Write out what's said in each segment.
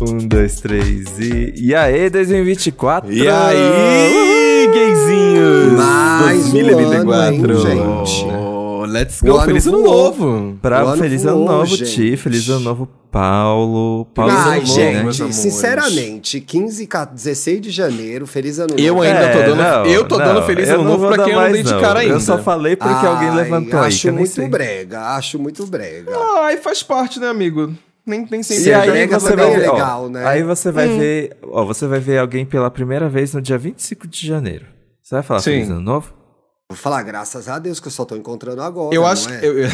Um, dois, três e. E aí, 2024? E aí, gayzinhos? Mais um 2024. ano, hein, gente? Oh, let's O go. ano Feliz ano voou. novo. Pra O ano feliz ano voou, novo, gente. Ti. Feliz ano novo, Paulo. Paulo Ai, ano novo, gente, né? é meus amores. Sinceramente, 15 e 14, 16 de janeiro, feliz ano novo. Eu ainda É, tô dando- eu tô dando feliz eu ano não novo vou pra dar quem eu não mais, dei de cara ainda. Eu só falei porque alguém Ai, levantou aí, Acho que eu nem muito sei. brega, acho muito brega. Ai, faz parte, né, amigo? Nem, nem E sempre. Sim, aí brega você também vai é ver, ó, legal, né? Aí você vai ver, ó, você vai ver alguém pela primeira vez no dia 25 de janeiro. Você vai falar Sim. feliz ano novo? Vou falar, graças a Deus que eu só tô encontrando agora. eu não acho é? que. eu- eu-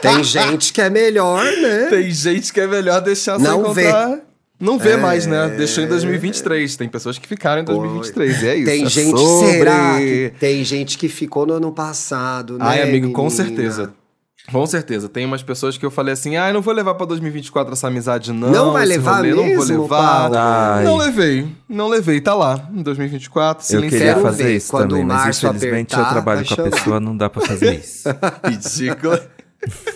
Tem gente que é melhor, né? Tem gente que é melhor deixar sem Não encontrar. Não vê mais, né? Deixou em 2023. Tem pessoas que ficaram em 2023. E é isso. Tem é gente, sobre... será? que- Tem gente que ficou no ano passado, né? Ai, amigo, com menina? certeza. Com certeza. Tem umas pessoas que eu falei assim: ah, eu não vou levar pra 2024 essa amizade, não. Não vai esse levar rolê, Não vou mesmo, levar. Paulo? Ai. Não levei. Não levei. Tá lá. Em 2024, Eu queria quero silenciado. fazer ver isso quando também, o mas março infelizmente eu apertar, tá trabalho com vai a pessoa, não dá pra fazer isso. Ridícula.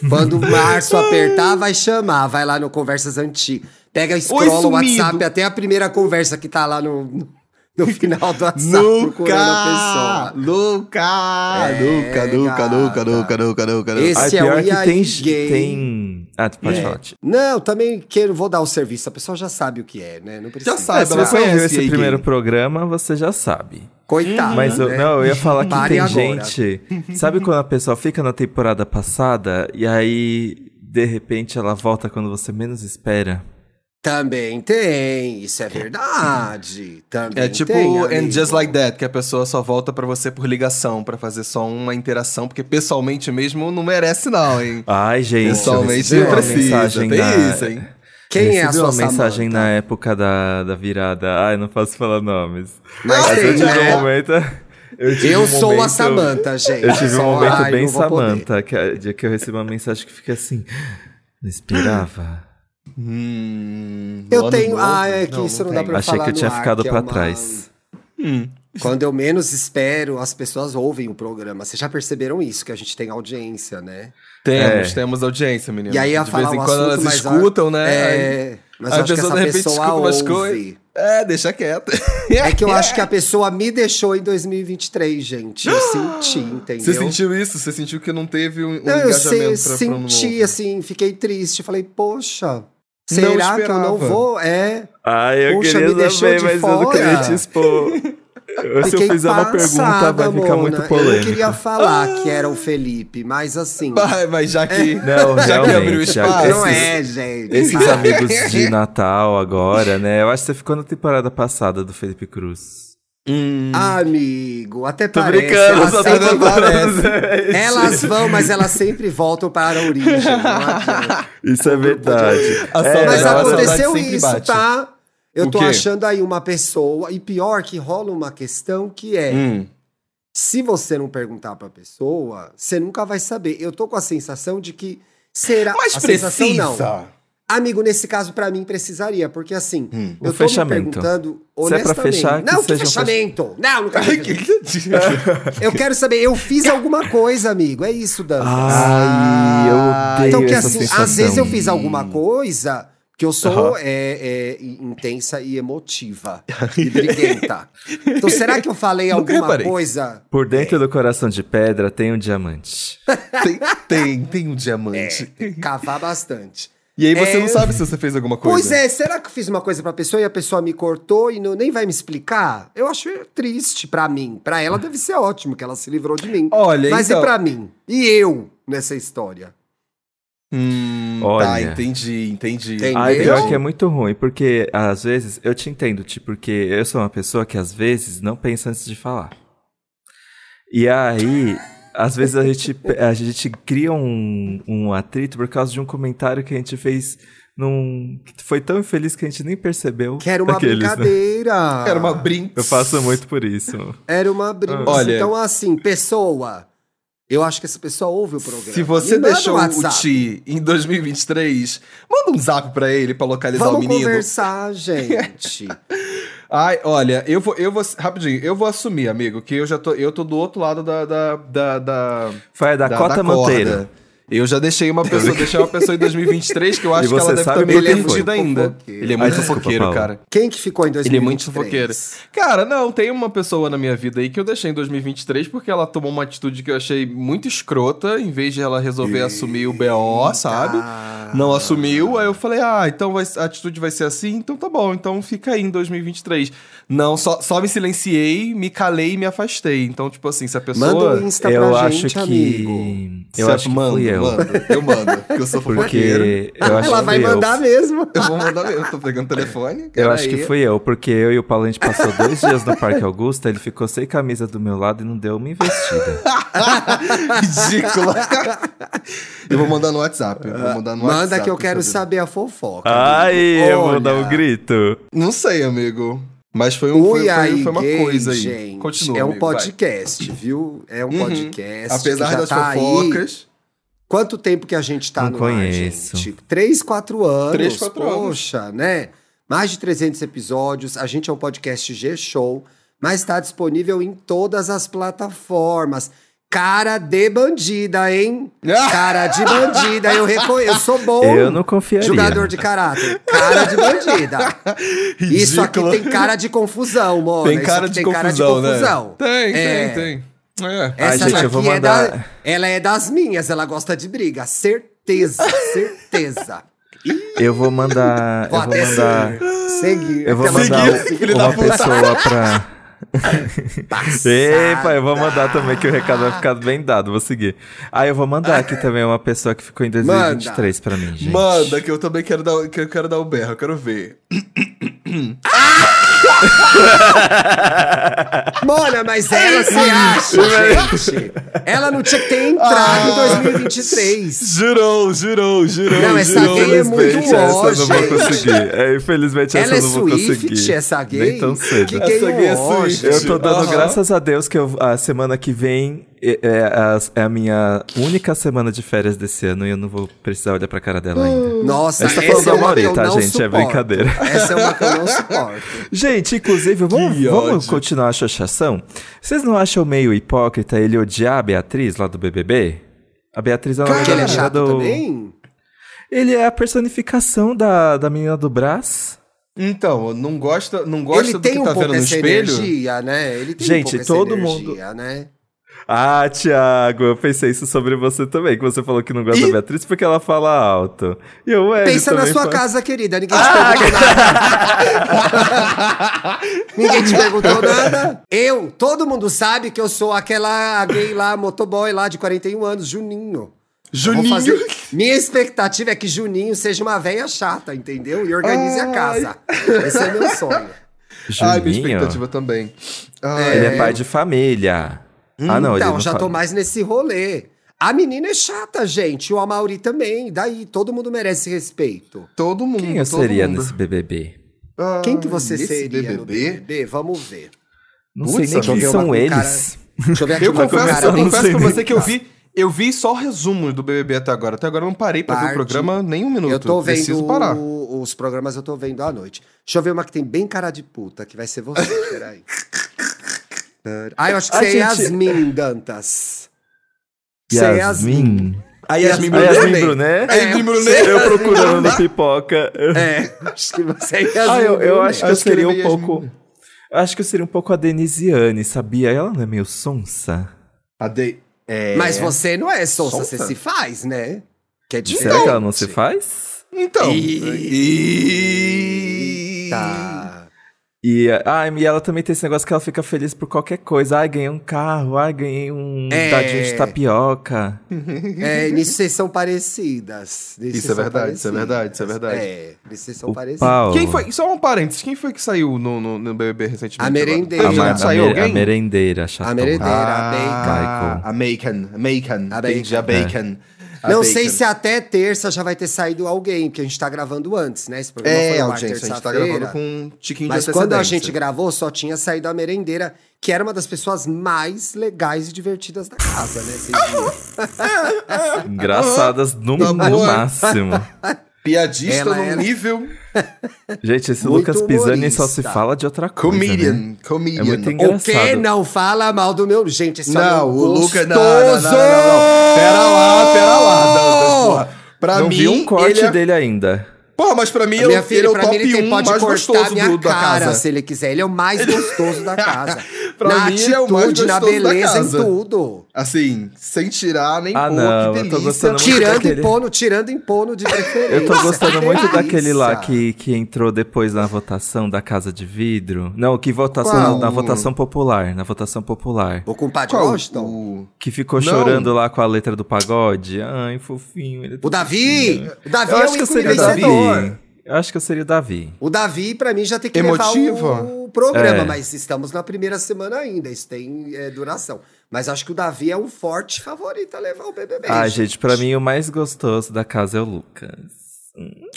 Quando Uhum. o março apertar, vai chamar. Vai lá no Conversas Antigas. Pega, scrolla o sumido. WhatsApp até a primeira conversa que tá lá no, no final do WhatsApp procurando a Nunca! pessoa. Nunca! É, nunca, nunca, nunca, gata. nunca, nunca, nunca, nunca. Esse Aí é Ah, pior o que tem, IAI gay. tem... Ah, tu É. pode falar, Ti. Não, também quero, vou dar o serviço. A pessoa já sabe o que é, né? Não precisa. Já sabe, É, se ela você ouviu conhece esse gay gay. primeiro programa, você já sabe. Coitado. Mas eu, né? não, eu ia falar que Pare tem agora. gente. Sabe quando a pessoa fica na temporada passada e aí de repente ela volta quando você menos espera? Também tem, isso é verdade. Também É tipo tem, And amigo. Just Like That, que a pessoa só volta pra você por ligação, pra fazer só uma interação, porque pessoalmente mesmo não merece não, hein? Ai, gente, pessoalmente eu recebeu recebi uma não precisa, mensagem tem na- isso, hein? Quem é a recebi sua uma mensagem Samantha? na época da, da virada. Ai, não posso falar nomes. Mas Mas eu tem, tive né? um momento. Eu, tive Eu um sou a momento- Samanta, gente. Eu tive um Só, momento ai, bem não vou poder. Samanta, que é o dia que eu recebi uma mensagem que fica assim. Não esperava. Hum, no Eu ano tenho. novo? Ah, é que isso não dá tem. pra Achei falar que eu no tinha ar, ficado que é pra uma- trás. Hum. Quando eu menos espero, as pessoas ouvem o programa. Vocês já perceberam isso, que a gente tem audiência, né? Temos, É. temos audiência, menino. E aí ia De falar vez em um quando assunto, elas mas a- escutam, né? Aí- É, mas Aí eu a acho que pessoa, essa de repente, pessoa desculpa, mas ouve. É, deixa quieto. É que eu acho que a pessoa me deixou em 2023, gente. Eu senti, entendeu? Você sentiu isso? Você sentiu que não teve um, um Não, eu engajamento se, pra, pra um novo? senti, assim, fiquei triste. Falei, poxa, será que eu esperava. não vou? É, Ai, eu Puxa, me queria deixou saber, de mas eu não queria fora. te expor. Eu- Se eu fiquei fizer uma pergunta, passada, vai ficar Mona. muito Eu polêmico. queria falar que era o Felipe, mas assim... Vai, mas já que... É. Não, já que abriu realmente. espaço. já- Não esses, é, gente. esses sabe? amigos de Natal agora, né? Eu acho que você ficou na temporada passada do Felipe Cruz. Hum. Amigo, até Tô parece. brincando, elas, só tô sempre- tentando- tentando. elas vão, mas elas sempre voltam para a origem. não adianta. Isso é verdade. A É, na saudade- mas hora- saudade aconteceu sempre isso, bate. tá? Eu O tô quê? achando aí uma pessoa, e pior que rola uma questão que é: Hum. se você não perguntar pra pessoa, você nunca vai saber. Eu tô com a sensação de que será. Mas a precisa. sensação não. Amigo, nesse caso, pra mim, precisaria, porque assim, Hum, o eu tô fechamento. me perguntando Se é honestamente. pra fechar, que não, que seja um fech- fechamento! Não, nunca vi fechamento. Ai, Eu quero saber, eu fiz alguma coisa, amigo. É isso, Dantas. Ai, eu odeio então, que essa assim, sensação. às vezes eu fiz alguma coisa que eu sou é, é, intensa e emotiva e briguenta. então, será que eu falei Nunca alguma reparei. coisa? Por dentro do coração de pedra tem um diamante. tem, tem, tem um diamante. Cavar bastante. E aí você É. não sabe se você fez alguma coisa. Pois é, será que eu fiz uma coisa pra pessoa e a pessoa me cortou e não, nem vai me explicar? Eu acho triste pra mim. Pra ela deve ser ótimo que ela se livrou de mim. Olha, Mas então... e pra mim? E eu nessa história? Hum, tá, Olha. entendi, entendi. Entendeu? Ai, pior Eu? que é muito ruim, porque às vezes, eu te entendo, Ti, porque eu sou uma pessoa que às vezes não pensa antes de falar. E aí, às vezes a gente, a gente cria um, um atrito por causa de um comentário que a gente fez num. que foi tão infeliz que a gente nem percebeu. Que era uma Daqueles, né? brincadeira. Era Ah. uma brinca. Eu faço muito por isso. Era uma briga. Olha- Então, assim, pessoa. Eu acho que essa pessoa ouve o programa. Se você Me manda deixou um o WhatsApp. Ti em 2023, manda um zap pra ele pra localizar o Vamos menino. conversar, gente. Ai, olha, eu vou, eu vou. Rapidinho, eu vou assumir, amigo, que eu já tô. Eu tô do outro lado da. da, da, da- Foi a da- Dakota da corda. Monteiro. Eu já deixei uma pessoa, deixei uma pessoa em 2023 que eu acho que ela você deve sabe estar meio quem foi? perdida ainda. Fofoqueiro. Ele é muito Ah, desculpa, fofoqueiro, Paulo. cara. Quem que ficou em 2023? Ele é muito fofoqueiro. Cara, não, tem uma pessoa na minha vida aí que eu deixei em 2023 porque ela tomou uma atitude que eu achei muito escrota, em vez de ela resolver assumir o BO, sabe? Ah. Não assumiu, aí eu falei, ah, então vai- a atitude vai ser assim? Então tá bom, então fica aí em 2023. Não, só, só me silenciei, me calei e me afastei. Então, tipo assim, se a pessoa... Manda um Insta eu pra acho gente, que. amigo. Eu Se- acho que mando, fui eu. Mando, eu mando, porque eu sou fofoqueiro. Porque. Eu acho Ela que vai fui eu. mandar mesmo. Eu vou mandar mesmo, tô É. pegando o telefone. Eu cara, acho que aí. fui eu, porque eu e o Paulo a gente passou dois dias no Parque Augusta, ele ficou sem camisa do meu lado e não deu uma investida. Ridícula. é eu vou mandar no WhatsApp. eu Vou mandar no WhatsApp. Ah, Manda que eu quero saber. saber a fofoca. Ai, eu vou Olha. dar um grito. Não sei, amigo. Mas foi, um, foi, Ui, foi- aí, foi uma gay, coisa aí. Gente, Continua, é um amigo, vai. podcast, viu? É um Uhum. podcast. que Apesar já das tá aí. fofocas. Quanto tempo que a gente tá Não no conheço. ar, gente? Três, quatro anos. Três, quatro anos. Poxa, né? Mais de 300 episódios. A gente é um podcast G-Show, mas está disponível em todas as plataformas. Cara de bandida, hein? Cara de bandida, eu reconheço. Eu sou bom. Eu não confiaria. Jogador de caráter. Cara de bandida. Isso aqui Ridícula. tem cara de confusão, mano. Tem cara de tem cara de confusão, confusão. né? Tem, É. tem, tem. É. Ai, Essa gente, daqui eu vou é da, mandar- ela é das minhas, ela gosta de briga. Certeza, certeza. Eu vou mandar. Vou eu vou até mandar. seguir. Seguir. Eu vou Aquela- mandar Seguiu, filho da uma puta. pessoa pra. Passada. Epa, eu vou mandar também, que o recado vai ficar bem dado, vou seguir. Ah, eu vou mandar aqui também uma pessoa que ficou em 2023 pra mim, gente. Manda, que eu também quero dar, que eu quero dar o berro, eu quero ver. Mona, mas ela se acha, gente. Ela não tinha que ter Ah. entrado em 2023. Jurou, jurou, jurou. Não, essa jurou, gay é muito infelizmente, essa essa eu não gente. vou conseguir. É, infelizmente, Ela essa é eu não vou Swift, conseguir. essa gay. Nem tão cedo. Que gay Essa gay é ó, Swift. Eu gente. tô dando Aham. graças a Deus que eu- a semana que vem é, é a, é a minha única semana de férias desse ano e eu não vou precisar olhar pra cara dela ainda. Nossa, A gente tá essa falando da é uma que Mauri, Hum. eu tá, não gente? É suporto. brincadeira. Essa é uma que eu não suporto. Gente, inclusive, vamos, Que vamos ódio. continuar a xoxação? Vocês não acham meio hipócrita ele odiar a Beatriz lá do BBB? A Beatriz é uma Porque ele é menina chato do... também? Ele é a personificação da, da menina do Brás. Então, não gosta, não gosta ele do tem que um tá pouco vendo no essa espelho? energia, né? Ele tem um Gente, pouco todo essa mundo- energia, né? Ah, Thiago, eu pensei isso sobre você também, que você falou que não gosta Ih! da Beatriz porque ela fala alto. E eu, é, ele Pensa na também Ah, sua fala- casa, querida. Ninguém te perguntou nada. Ninguém te perguntou nada. Eu, todo mundo sabe que eu sou aquela gay lá, motoboy lá de 41 anos, Juninho. Eu vou Juninho. fazer- Minha expectativa é que Juninho seja uma velha chata, entendeu? E organize a Ai. casa. Esse é meu sonho. Ai, minha Juninho? expectativa também. Ai, Ele é pai de família. ah, não, ele então, não já tô fala. mais nesse rolê. A menina é chata, gente. O Amauri também. Daí, todo mundo merece respeito. Todo mundo. Quem eu todo seria mundo. nesse BBB? Ah, Quem que você nesse seria no BBB? Vamos ver. Não Putz, sei nem amigo. quem Joguei uma são com cara- eles. Deixa eu ver aqui Eu uma é confesso, começar, eu não confesso sei pra nem. você que eu vi, eu vi só resumos do BBB até agora. Até agora eu não parei pra ver Parte. o programa nem um minuto. Eu tô Preciso vendo parar. o- os programas, eu tô vendo à noite. Deixa eu ver uma que tem bem cara de puta, que vai ser você. Peraí. Ah, eu acho que Ai, você é gente. Yasmin Dantas. Você é Yasmin. Aí Yasmin Ah, Yasmin Brunet. Brunet? Aí É Yasmin Brunet. Eu procurando no pipoca. É, acho que você é Yasmin Ah, eu, eu acho Dantas. que eu Acho que ele seria um é Yasmin. pouco... eu Acho que eu seria um pouco a Denisiane, sabia? Ela não é meio sonsa? A Dei- É. Mas você não é sonsa, Sonsa? você se faz, né? Que é diferente. Será que ela não se faz? Então. Tá. E, ah, e ela também tem esse negócio que ela fica feliz por qualquer coisa. Ai, ganhei um carro. Ai, ganhei um É. dadinho de tapioca. É, nisso vocês são parecidas. Nisso Isso vocês é são verdade, isso é verdade, isso é parecidas. verdade. É, nisso vocês são O parecidas. pau. Então, Quem foi? Só um parênteses. Quem foi que saiu no, no, no BBB recentemente? A agora? A, merendeira. Teve, ma- né? a Saiu mere- a alguém? merendeira, chatão. A merendeira, Ah, É. A Bacon. A Bacon. A Entendi, a Bacon. Bacon. A Não Bacon. sei se até terça já vai ter saído alguém, porque a gente tá gravando antes, né? Esse programa É, foi ao ar audiência, a gente tá terça-feira. gravando com um tiquinho Mas de quando a antecedência. gente gravou, só tinha saído a merendeira, que era uma das pessoas mais legais e divertidas da casa, né? Vocês viram? Engraçadas no, Tá no boa. máximo. Piadista Ela num era- nível... Gente, esse Muito Lucas Pisani só se humorista. fala de outra coisa. Comedian. né? Comedian. É muito O engraçado. que não fala mal do meu. Gente, esse é Não, meu o Lucas... Não, gostoso! não, não, não, não. Pera lá, pera lá. Pra não mim, vi um corte ele é... dele ainda. Porra, mas pra mim, A ele, minha é o- ele filha, é o pra mim, ele top tem, 1 pode mais cortar a gostoso minha do, da cara casa. se ele quiser. Ele é o mais gostoso da casa. Pra na mim, atitude, ele é o mais na gostoso da beleza, em casa. tudo. Assim, sem tirar nem Ah, pôr, não, que eu tô delícia. gostando muito Tirando daquele- empono, tirando empono de preferência. Eu tô gostando Que é muito daquele lá delícia. que, que entrou depois na votação da Casa de Vidro. Não, que votação Qual? na votação popular, na votação popular. O compadre Qual? Washington? O- Que ficou Não. chorando lá com a letra do pagode. Ai, fofinho. Ele é O tão Davi! fofinho. O Davi Eu é acho o que eu ícone seria o Davi. vencedor. Eu acho que eu seria o Davi. O Davi, pra mim, já tem que levar Emotivo? o programa, É. mas estamos na primeira semana ainda, isso tem é, duração. Mas acho que o Davi é um forte favorito a levar o BBB. Ai, gente, pra mim o mais gostoso da casa é o Lucas.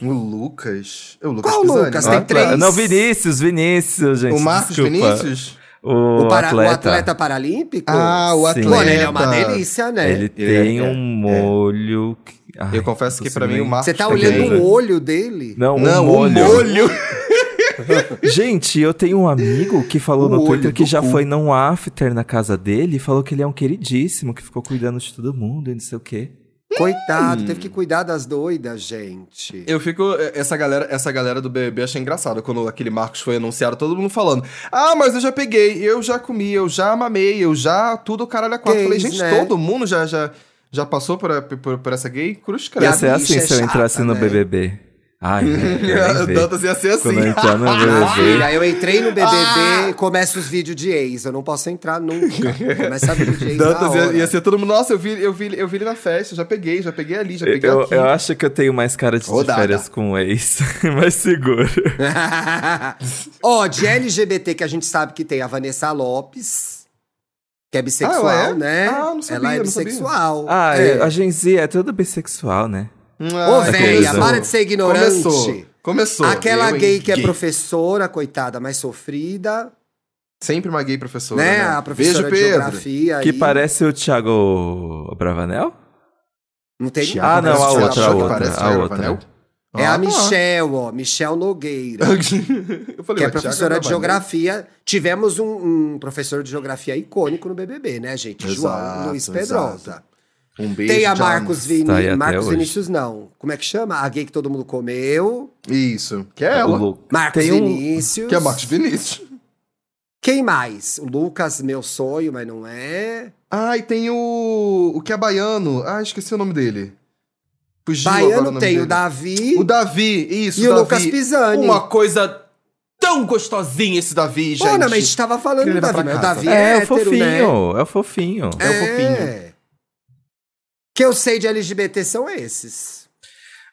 O Lucas. É o Lucas Qual Pisani. Lucas? Ah, Tem tá. três. Não, Vinícius, Vinícius, gente. O Marcos desculpa. Vinícius? O, O, para- atleta. o atleta paralímpico? Ah, Sim. Mano, ele é uma delícia, né? Ele Ele é- tem é- um molho. que- Ai, Eu não confesso que consigo pra mim nem- o Marcos Você tá Acho que olhando ele- é. o olho dele? Não, Não, o o molho. molho. Gente, eu tenho um amigo que falou O no olho Twitter que do já cu. foi num after na casa dele e falou que ele é um queridíssimo, que ficou cuidando de todo mundo e não sei o quê. Coitado, teve que Hum. cuidar das doidas, gente. Eu fico. Essa galera, essa galera do BBB achei engraçado. Quando aquele Marcos foi anunciado, todo mundo falando: Ah, mas eu já peguei, eu já comi, eu já mamei, eu já. Tudo caralho a quatro. Gays, Falei, gente, né? todo mundo já, já, já passou por, por, por essa gay? Cruz E Ia credo. a ser assim bicha é se eu chata, entrasse no né? BBB. Ai, né, eu ia nem ver. Dantas ia ser assim. Quando eu entrar no Ah, BBB. filha, eu entrei no BBB e começa os vídeos de ex. Eu não posso entrar nunca. Começa a vídeo de ex na Dantas ia, hora. ia ser todo mundo. Nossa, eu vi, eu, vi, eu vi ele na festa, já peguei, já peguei ali, já peguei Eu, aqui. eu acho que eu tenho mais cara de, de Rodada. É. férias com o ex, mas seguro. Ó, de LGBT que a gente sabe que tem a Vanessa Lopes, que é bissexual, Ah, ela é? né? Ah, eu não sabia, ela é eu não sabia. bissexual. Ah, é. a Gen Z é toda bissexual, né? Ah, Ô, véia, começou. para de ser ignorante. Começou. Começou. Aquela Eu, hein, gay que é professora, coitada, mas sofrida, Sempre uma gay professora. né? né? A professora de Beijo, Pedro. geografia. Que aí. parece o Thiago Bravanel? Não tem Thiago Ah, não, a Bravanel. outra, a Achou que outra, parece a Thiago outra. Bravanel? É Ah, a tá. Michelle, ó. Michelle Nogueira. Eu falei, que é ué, Thiago professora de Bravanel. geografia. Tivemos um, um professor de geografia icônico no BBB, né, gente? João Exato, Luiz exato. Pedrosa. Um beijo. Tem a John. Marcos, Vini... Tá aí até Marcos hoje. Vinícius, não. Como é que chama? A gay que todo mundo comeu. Isso. Que é O ela. Lu- Marcos Tem um- Vinícius. Que é Marcos Vinícius. Quem mais? O Lucas, meu sonho, mas não é. Ah, e tem o. O que é baiano. Ah, esqueci o nome dele. Fugiu agora Baiano nome tem dele. o Davi O Davi, isso. e o Davi. Lucas Pisani. Uma coisa tão gostosinha esse Davi, gente. Pô, não, mas a gente tava falando Queria do levar Davi, pra mas o casa. Davi é, É, o hétero, fofinho, né? é o fofinho. É o fofinho. Que eu sei de LGBT são esses.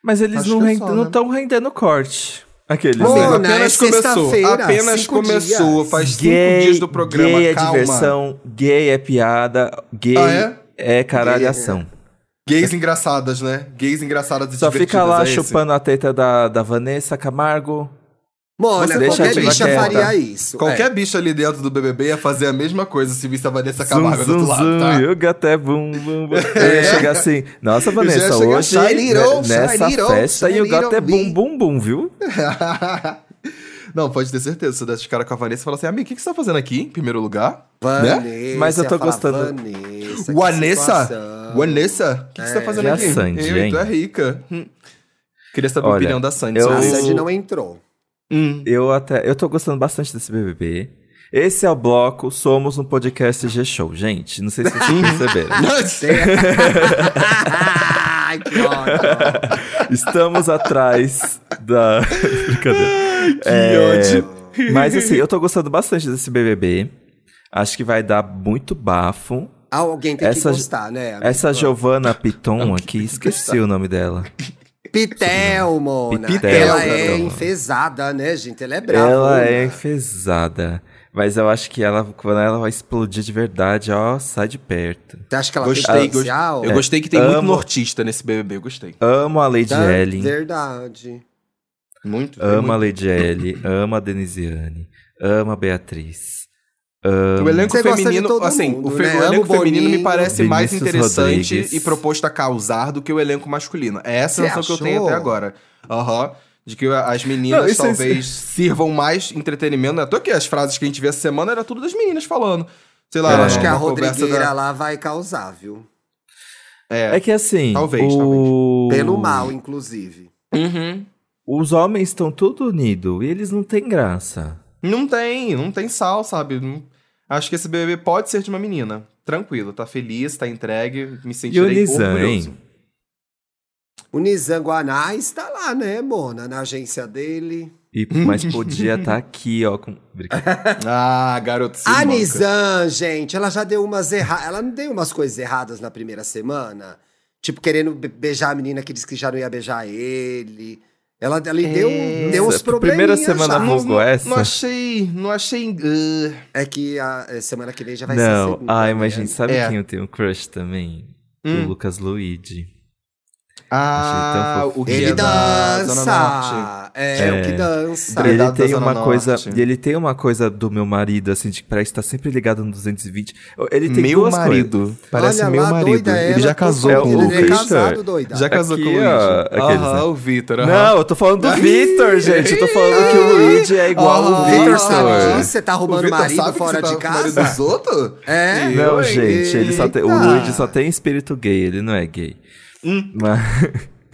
Mas eles Acho não que é ren- só, não né? estão rendendo corte. Aqueles. Bom, Amigo, né? né? apenas É começou. sexta-feira, Apenas cinco começou. dias. Faz cinco dias do programa. Gay é Calma. diversão, gay é piada, gay Ah, é? é? caralhação. Gays engraçadas, né? Gays engraçadas e Só fica lá divertidas, é esse? chupando a teta da, da Vanessa Camargo. Mona, Você deixa qualquer ativar bicha quieta. né? faria isso. Qualquer É. bicho ali dentro do BBB ia fazer a mesma coisa se visse a Vanessa Zum, Camargo do zum, outro lado, tá? É. zum, yoga até bum, bum, bum. Eu ia chegar assim, nossa, Vanessa, chegar, hoje shiny roll, né, nessa shiny roll, festa, shiny yoga roll, até bum, me. bum, bum, viu? tá? Não, pode ter certeza. Se eu desse de cara com a Vanessa, fala assim, amigo, o que, que você tá fazendo aqui, em primeiro lugar? Vanessa, Mas eu tô ia falar, gostando. Vanessa, que Vanessa? situação. Vanessa, o que, que É. você tá fazendo E a aqui? Sandy, eu, hein? Tu é rica. Hum. Queria saber a Olha, opinião da Sandy. eu- A sobre isso. Sandy não entrou. Hum. Eu até, eu tô gostando bastante desse BBB. Esse é o bloco Somos um Podcast G-Show. Gente, não sei se Uhum. vocês perceberam. Ai, que ódio. Estamos atrás da... Brincadeira. que É, ódio. Mas assim, eu tô gostando bastante desse BBB. Acho que vai dar muito bafo. Alguém tem Essa- que gostar, né? amigo? Essa Giovanna Piton aqui, esqueci o nome dela. Pitel, Mona. Pitel, ela é garota. enfesada, né, gente? Ela é brava. Ela é enfesada. Mas eu acho que ela, quando ela vai explodir de verdade, ó, sai de perto. Você acha que ela Gostei, tem potencial? Eu gostei que tem muito Amo. nortista nesse BBB, eu gostei. Amo a Lady Tá, Ellen. Verdade. Muito. tem Ama a muito. Lady L, ama a Denisiane, ama a Beatriz. O elenco Você gosta de feminino, todo assim, mundo, o, fe- né? o elenco Amo o feminino me Boninho. parece mais Vinícius interessante Rodrigues. e proposto a causar do que o elenco masculino. É essa Você é a sensação que eu tenho achou? até agora. Aham. De que a- as meninas Não, isso- talvez sirvam mais entretenimento. Né? Tô que as frases que a gente vê essa semana era tudo das meninas falando. Sei lá, É. Eu acho que a uma conversa Rodrigueira da- lá vai causar, viu? É, que assim. Talvez, o- Pelo mal, inclusive. Uhum. Os homens estão tudo unidos e eles não têm graça. Não tem, não tem sal, sabe? Não- Acho que esse bebê pode ser de uma menina. Tranquilo, tá feliz, tá entregue, me E o sentirei Nizam, orgulhoso. hein? O Nizam Guaná está lá, né, Mona? Na agência dele. E, mas podia estar aqui, ó. Com... Brincadeira. Ah, garoto a simbólico. Nizam, gente, ela já deu umas erradas. Ela não deu umas coisas erradas na primeira semana? Tipo, querendo be- beijar a menina que disse que já não ia beijar ele. Ela, ela É. deu, deu uns Nossa, primeira probleminhas. semana já. ruim. Não, Vulgo não, essa? não achei, não achei... uh, É que a é, semana que vem já vai ser a Não, segunda, ai, né? mas gente, sabe É. quem eu tenho crush também? hum. O Lucas Luigi. Ah, Achei tão o que fofinho. Ele é da Zona Norte. dança! É, É. o que dança. Dredado Ele da tem Zona uma coisa, Norte. e ele tem uma coisa do meu marido assim, de que parece que tá sempre ligado no 220. Ele tem Meu duas marido. coisas. Parece Olha meu lá, marido. doida Ele ela, já tô casou É o com o Ele é Lucas. Lucas. casado, doida. Já casou Aqui, com o Luigi. ó, aqueles, Aham, né? o Vitor. aham. Não, eu tô falando do Vitor, gente. Eu tô falando que o Luigi é igual Ah, o Vitor Vitor. sabe disso? Você tá roubando Vitor marido sabe que fora você de tá com o marido casa? dos outros? É? Eu, Não, hein? gente, ele só tem, o Eita. Luigi só tem espírito gay, ele não é gay. Mas- Hum.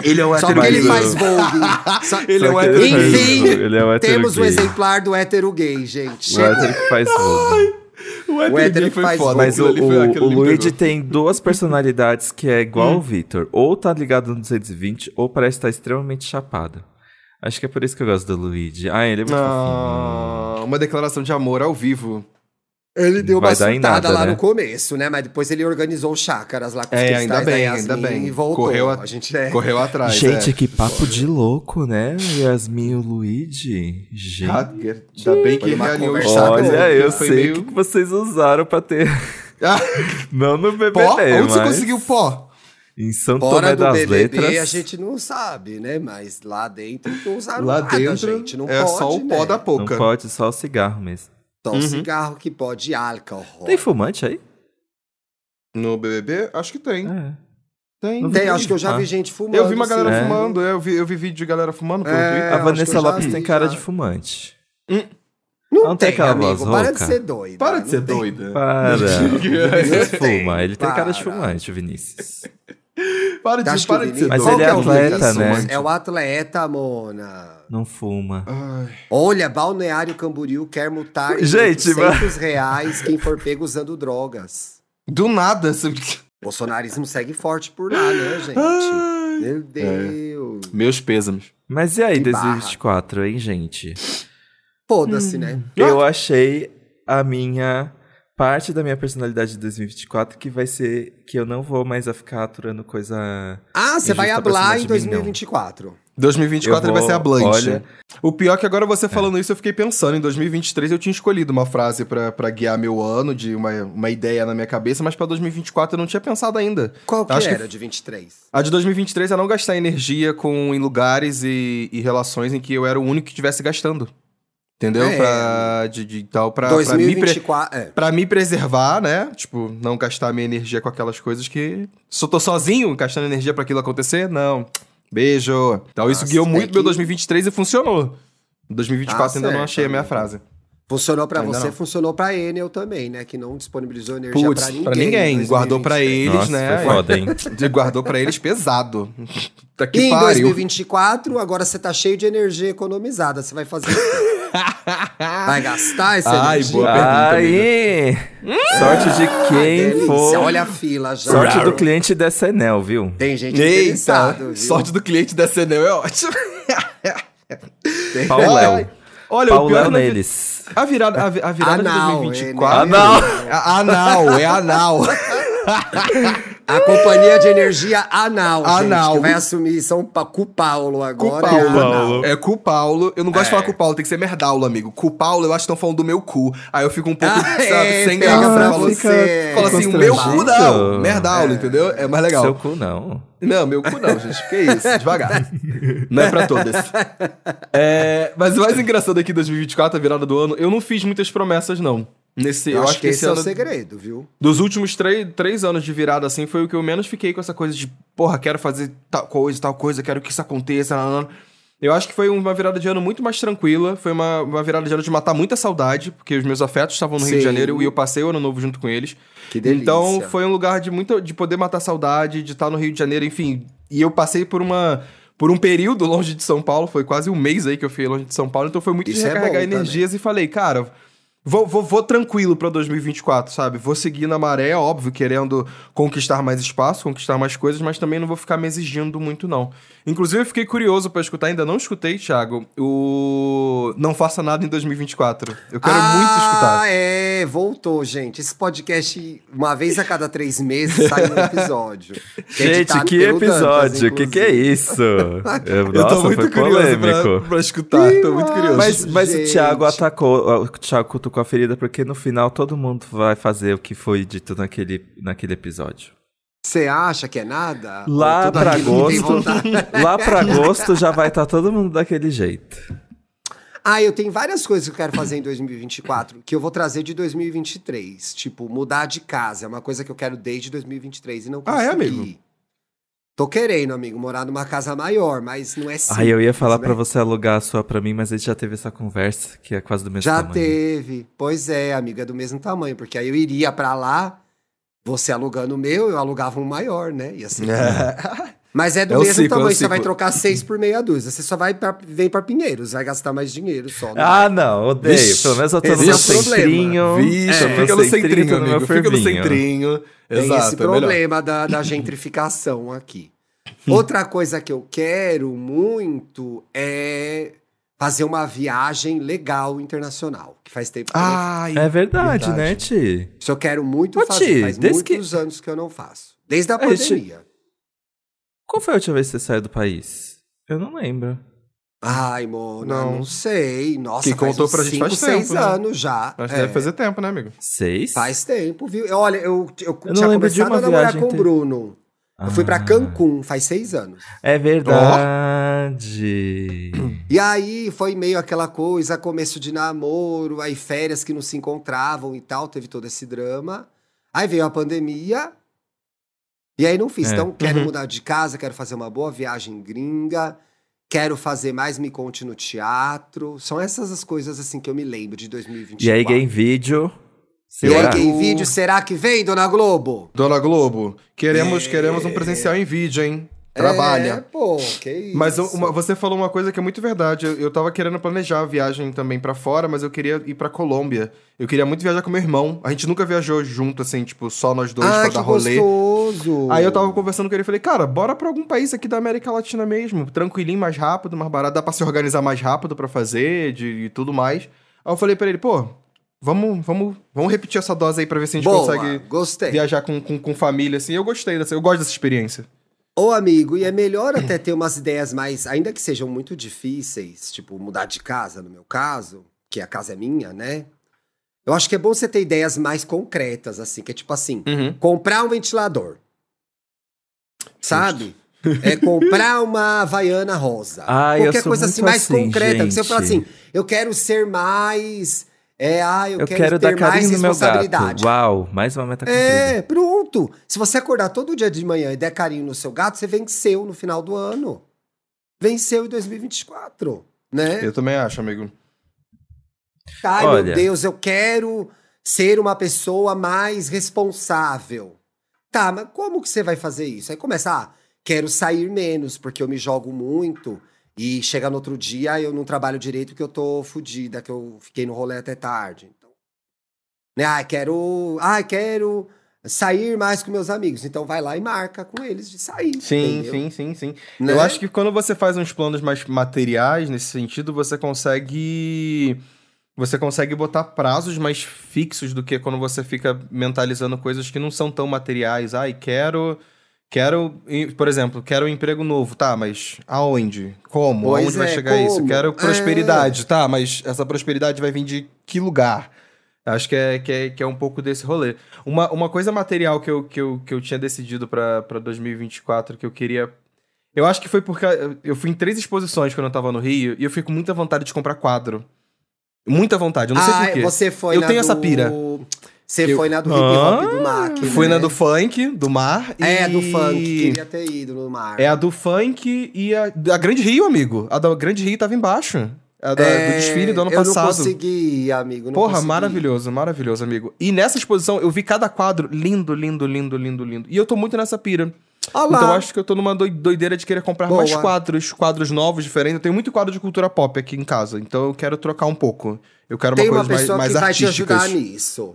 Ele é um Só porque hétero ele gay. faz Vogue. Só- Ele é um só que hétero ele faz- Enfim, ele é um hétero Temos o gay. exemplar do hétero gay, gente. O é- Chegou. hétero que faz tudo. O O hétero hétero gay que faz foi foda. Mas o, aquilo ali foi- o, aquilo o me Luigi é pegou. tem duas personalidades que é igual o Vitor. Ou tá ligado no 220, ou parece estar extremamente chapado. Acho que é por isso que eu gosto do Luigi. Ah, ele é muito fofinho. Ah, uma declaração de amor ao vivo. Ele deu uma Vai dar em surtada nada, lá né? no começo, né? Mas depois ele organizou chácaras lá com os É, cristais ainda bem, da Yasmin ainda bem. e voltou. Correu a- gente é... Correu atrás. Gente, é. que papo de louco, né? Yasmin e o Luigi. Gente. Ah, Ainda bem que Foi ele uma alinhou os conversa saco, Olha, né? eu Foi sei o meio- que que vocês usaram pra ter. Ah, Não no BBB, pó? Onde você mas conseguiu pó? Em um São Tomé Fora do das BBB Letras. a gente não sabe, né? Mas lá dentro não usaram Lá nada, dentro Ah, gente. Não é pode, só o pó né? da Não pouca. pode, só o cigarro mesmo. Só Uhum. o cigarro que pode e álcool. Tem fumante aí? No BBB? Acho que tem. É. Tem. Não Tem, acho que eu já Ah. vi gente fumando. assim. Eu vi uma galera É. sim. fumando, é, eu vi, eu vi vídeo de galera fumando pelo É. Twitter. A acho que Vanessa eu já Lopes vi, tem cara já. de fumante. Não, Não tem tem, aquela amigo. voz para rouca? de ser doida. Para de ser não tem. doida. Para. Não Vinícius tem, fuma. Ele tem cara de para. fumante, Vinícius. Para de, Acho que o para de ser Vinícius- Mas Qual ele que é o atleta, Vinícius? né? É o atleta, Mona. Não fuma. Ai, Olha, Balneário Camboriú quer multar em Gente, 800 reais quem for pego usando drogas. do nada. Você... Bolsonarismo segue forte por lá, né, gente? Ai. É. Meu Deus. Meus pêsames. Mas e aí, Que barra. 2024, hein, gente? Foda-se, né? Eu achei a minha parte da minha personalidade de 2024 que vai ser que eu não vou mais a ficar aturando coisa. Ah, você Injusto vai pra hablar cima em tá de mim, não. 2024. 2024 Eu ele vai vou- ser a Blanche. olha- O pior é que agora você falando isso, eu fiquei pensando. Em 2023 eu tinha escolhido uma frase pra pra guiar meu ano, de uma, uma ideia na minha cabeça, mas pra 2024 eu não tinha pensado ainda. Qual que Acho que- era de 23? A de 2023 é não gastar energia com, em lugares e, e relações em que eu era o único que estivesse gastando. Entendeu? É. Pra, de, de tal, pra, pra me pre- 2024. É. Pra me preservar, né? Tipo, não gastar minha energia com aquelas coisas que. Se eu tô sozinho gastando energia pra aquilo acontecer, não. Beijo. Então isso Nossa, guiou tem muito meu que- 2023 e funcionou. Em 2024 Tá ainda não certo, achei a minha amigo. frase. Funcionou pra Ainda você, não. funcionou pra Enel também, né? Que não disponibilizou energia Putz, pra ninguém. pra em ninguém. Guardou pra 2023. eles, Nossa, né? foi foda, hein? E Guardou pra eles pesado. Tá que em pariu. 2024, agora você tá cheio de energia economizada. Você vai fazer. o quê? vai gastar essa Ai, energia? boa pergunta, Aí! né? Sorte Ah, de quem Delícia, for. Olha a fila já. Sorte do cliente dessa Enel, viu? Tem gente Eita, interessada. viu? sorte do cliente da Enel é ótimo. Pau Ai, Léo. Olha, Pau o pior é Léo na vi- neles. A virada, a, vi- a virada Anal, de Ah, 2024. ele- não! A- Anal, é anal. A companhia de energia Anal, Anal. gente, que vai assumir São pa... com o Paulo agora. Cu é Paulo. Anal. É. É cu Paulo. Eu não gosto de falar cu Paulo, tem que ser merdaulo, amigo. Cu Paulo, eu acho que estão falando do meu cu. Aí eu fico um pouco, Ah, sabe, é, sem pega graça. pra falo, você. falo assim, o meu cu não. Constrangido. Merdaulo, entendeu? É mais legal. Seu cu não. Não, meu cu não, gente. Que isso, devagar. não é pra todas. É, mas o mais engraçado aqui, 2024, a virada do ano, eu não fiz muitas promessas, não. Nesse, Eu, acho que esse é o ano, segredo, viu? dos últimos três, três anos de virada, assim, foi o que eu menos fiquei com essa coisa de, porra, quero fazer tal coisa, tal coisa, quero que isso aconteça. nanana. Eu acho que foi uma virada de ano muito mais tranquila. Foi uma, uma virada de ano de matar muita saudade, porque os meus afetos estavam no Rio de Sim. Janeiro e eu passei o ano novo junto com eles. Que delícia. Então foi um lugar de muito de poder matar saudade, de estar no Rio de Janeiro, enfim. E eu passei por uma por um período longe de São Paulo, foi quase um mês aí que eu fiquei longe de São Paulo, então foi muito de Isso é recarregar bom energias e falei, cara, vou, vou, vou tranquilo pra 2024, sabe? Vou seguir na maré, óbvio, querendo conquistar mais espaço, conquistar mais coisas, mas também não vou ficar me exigindo muito não. Inclusive eu fiquei curioso pra escutar, ainda não escutei, Thiago, o não faça nada em 2024. Eu quero muito escutar. Ah, é, voltou, gente. Esse podcast, uma vez a cada três meses, sai um episódio. Que é Gente, editado que pelo Dantas, episódio! O que, que é inclusive. isso? Eu, Eu Tipo, nossa, tô muito foi curioso pra, polêmico. pra Tá, escutar. tô muito curioso. Mas, mas o Gente. Thiago atacou, o Thiago cutucou a ferida, porque no final todo mundo vai fazer o que foi dito naquele, naquele episódio. Você acha que é nada? Ou Lá tudo pra aquilo que tem agosto, vontade? lá pra agosto já vai estar todo mundo daquele jeito. Ah, eu tenho várias coisas que eu quero fazer em 2024 que eu vou trazer de 2023. Tipo, mudar de casa. É uma coisa que eu quero desde 2023 e não consegui. Ah, é, amigo? Tô querendo, amigo, morar numa casa maior, mas não é simples. Aí eu ia falar né? pra você alugar a sua pra mim, mas a gente já teve essa conversa, que é quase do mesmo Já tamanho. teve. Pois é, amiga, é do mesmo tamanho, porque aí eu iria pra lá, você alugando o meu, eu alugava um maior, né? Ia ser. Mas é do É o mesmo ciclo, é o tamanho, você vai ciclo. trocar seis por meia dúzia. Você só vai pra, vem pra Pinheiros, vai gastar mais dinheiro só. né? Ah, não, odeio. Vixe, Pelo menos eu tô no esse meu é o problema. centrinho. um Vixe, tô no meu fica no centrinho, centrinho, tô no meu amigo. Fica no fervinho. centrinho. Tem Exato, esse é melhor. Hum. problema da, da gentrificação aqui. Outra coisa que eu quero muito é fazer uma viagem legal internacional, que faz tempo que eu não Ai, É verdade, Verdade. né, Ti? Isso eu quero muito Ô, fazer. Ti, Faz desde que- muitos anos que eu não faço. Desde a A gente- pandemia. Qual foi a última vez que você saiu do país? Eu não lembro. Ai, Mona, Não. não, sei. Nossa, Quem faz contou uns pra gente cinco, faz seis tempo, né? anos já. acho que É, deve fazer tempo, né, amigo? Seis? Faz tempo, viu? Olha, eu, eu, não tinha lembro de começado uma a namorar viagem com o ter- Bruno. Eu fui pra Ah, Cancún, faz seis anos. É verdade. E aí foi meio aquela coisa, começo de namoro, aí férias que não se encontravam e tal, teve todo esse drama. Aí veio a pandemia. E aí não fiz. É. Então, quero Uhum. mudar de casa, quero fazer uma boa viagem gringa, quero fazer mais Me Conte no teatro. São essas as coisas assim que eu me lembro de 2024. E aí, Game Video. E aí, Será? Gay O- Vídeo, será que vem, Dona Globo? Dona Globo, queremos, queremos um presencial em vídeo, hein? É, Trabalha. pô, que isso. Mas eu- uma- você falou uma coisa que é muito verdade. Eu, eu tava querendo planejar a viagem também pra fora, mas eu queria ir pra Colômbia. Eu queria muito viajar com meu irmão. A gente nunca viajou junto, assim, tipo, só nós dois ah, pra que dar rolê. gostoso. Aí eu tava conversando com ele e falei, cara, bora pra algum país aqui da América Latina mesmo. Tranquilinho, mais rápido, mais barato. Dá pra se organizar mais rápido pra fazer de, e tudo mais. Aí eu falei pra ele, pô, vamos, vamos, vamos repetir essa dose aí pra ver se a gente Boa, consegue gostei. viajar com, com, com família, assim. Eu gostei dessa, eu gosto dessa experiência. Ô, amigo, e é melhor até ter umas ideias mais, ainda que sejam muito difíceis, tipo mudar de casa, no meu caso, que a casa é minha, né? Eu acho que é bom você ter ideias mais concretas, assim, que é tipo assim, Uhum. comprar um ventilador. Sabe? É comprar uma Havaiana rosa. Ai, eu Qualquer sou coisa muito assim mais assim, concreta. Que você gente. fala assim, eu quero ser mais. É, ah, eu, Eu quero, quero ter dar mais carinho no meu responsabilidade. gato. Uau, mais uma meta cumprida. É, pronto. Se você acordar todo dia de manhã e der carinho no seu gato, você venceu no final do ano. Venceu em 2024, né? Eu também acho, amigo. Ai, Olha. meu Deus, eu quero ser uma pessoa mais responsável. Tá, mas como que você vai fazer isso? Aí começa, ah, quero sair menos, porque eu me jogo muito. E chega no outro dia, eu não trabalho direito, que eu tô fodida, que eu fiquei no rolê até tarde. Então, né, ah, quero, ah, quero sair mais com meus amigos. Então vai lá e marca com eles de sair. Sim, entendeu? sim, sim, sim. Né? Eu acho que quando você faz uns planos mais materiais nesse sentido, você consegue. Você consegue botar prazos mais fixos do que quando você fica mentalizando coisas que não são tão materiais. Ai, quero. Quero. em- Por exemplo, quero um emprego novo, tá, mas aonde? Como? Pois aonde vai é, chegar isso? como? Quero prosperidade, tá, mas essa prosperidade vai vir de que lugar? Acho que é, que é, que é um pouco desse rolê. Uma, uma coisa material que eu, que eu, que eu tinha decidido pra pra 2024 que eu queria eu acho que foi porque eu fui em três exposições quando eu tava no Rio e eu fico com muita vontade de comprar quadro. Muita vontade, eu não sei Ah, porquê. você foi Eu na tenho do... essa pira. Você Eu- foi na do hip Ah, hop do Mac. né? Fui na do funk, do mar. e- É, do funk. Queria ter ido no Mac. É a do funk e a da Grande Rio, amigo. A da Grande Rio tava embaixo. A da- É, do desfile do ano passado. Eu não consegui, ir, amigo. não Porra, consegui. maravilhoso, maravilhoso, amigo. E nessa exposição eu vi cada quadro lindo, lindo, lindo, lindo, lindo. E eu tô muito nessa pira. Olha lá. Então eu acho que eu tô numa doi- doideira de querer comprar Boa. mais quadros, quadros novos, diferentes. Eu tenho muito quadro de cultura pop aqui em casa, então eu quero trocar um pouco. Eu quero uma Tem coisa uma pessoa mais, mais que vai te artísticas. ajudar nisso.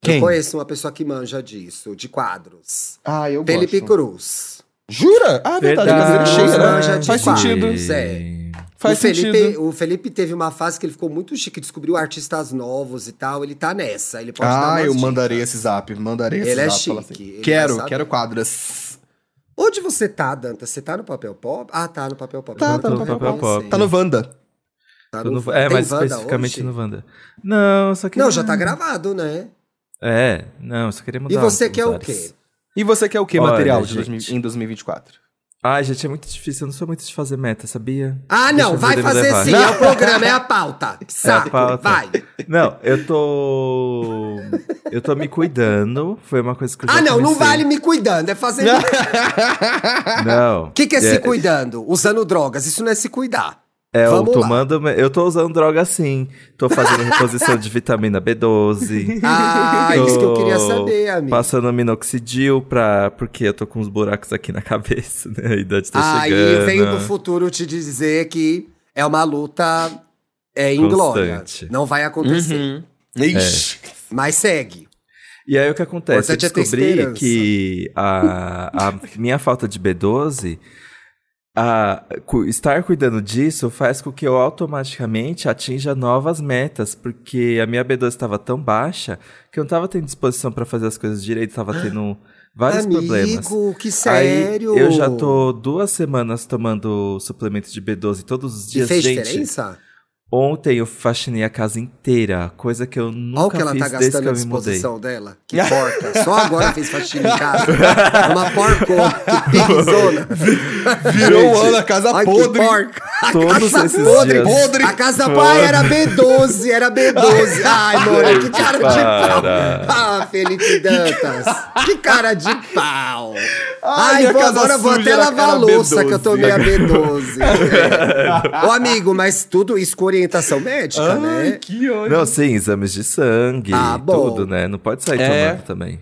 Quem? Eu conheço uma pessoa que manja disso, de quadros. Ah, eu Felipe gosto. Cruz. Jura? Ah, verdade, Verdade. cadeira cheia, né? Verdade. Faz sentido. Zé. Faz o, Felipe, sentido. o Felipe teve uma fase que ele ficou muito chique, descobriu artistas novos e tal. Ele tá nessa. Ele pode dar Ah, umas eu dicas. mandarei esse zap, mandarei esse Ele é zap. falar chique, ele vai quero, saber. quero quadras. Onde você tá, Danta? Você tá no papel pop? Ah, tá no papel pop. Tá, Agora tá eu no tô Papel lembrando, Pop. sim. Tá no Wanda. Tá Eu no- não- é, Tem mais Wanda especificamente hoje? no Wanda. Não, só que. Não, já tá gravado, né? É, não, só queria mudar. E você os quer o lugares. quê? E você quer o que, Olha, material de gente. 2000 em 2024? Ai, gente, é muito difícil. Eu não sou muito de fazer meta, sabia? Deixa Ah, não, a vai vida me fazer levar. sim. É o programa, é a pauta. Que Saco, pauta. vai. Não, eu tô. Eu tô me cuidando. Foi uma coisa que eu já Ah, não, não comecei. vale me cuidando, é fazer. Não. O que, que é, É. se cuidando? Usando drogas, isso não é se cuidar. É, eu Vamos lá. tomando. Eu tô usando droga sim. Tô fazendo reposição de vitamina B12. Ah, Tô isso que eu queria saber, amigo. Passando minoxidil pra. Porque eu tô com uns buracos aqui na cabeça, né? A idade tá Aí chegando. venho do futuro te dizer que é uma luta é, em glória. Constante. É. Não vai acontecer. Uhum. Uhum. Ixi. Mas segue. E aí o que acontece? Eu Importante é ter descobri esperança. que a, a minha falta de B12, a, cu- estar cuidando disso faz com que eu automaticamente atinja novas metas, porque a minha B12 estava tão baixa que eu não estava tendo disposição para fazer as coisas direito, estava tendo vários Amigo, problemas. que Aí, sério. eu já tô duas semanas tomando suplemento de B12 todos os E dias. fez Gente, diferença? ontem eu faxinei a casa inteira, coisa que eu Olha o nunca que ela fiz tá desde que gastando eu à me mudei. disposição dela. Que porca. Só agora fez faxina em casa. É Uma porcona. Que pirizona. Virou o ano a casa Ai, podre. Que porca. A Todos casa esses podre. dias. Podre. A casa pai era B12. Era B12. Ai, mano, que cara de pau. Para. Ah, Felipe Dantas. Que cara de pau. Ai, Ai, minha vou, casa agora eu vou suja até era- lavar a era louça B12. que eu tomei a B12. É. Ô, amigo, mas tudo isso com orientação médica, Ai, né? que ódio. Não, sim, exames de sangue, Ah, bom. tudo, né? Não pode sair É. tomando também.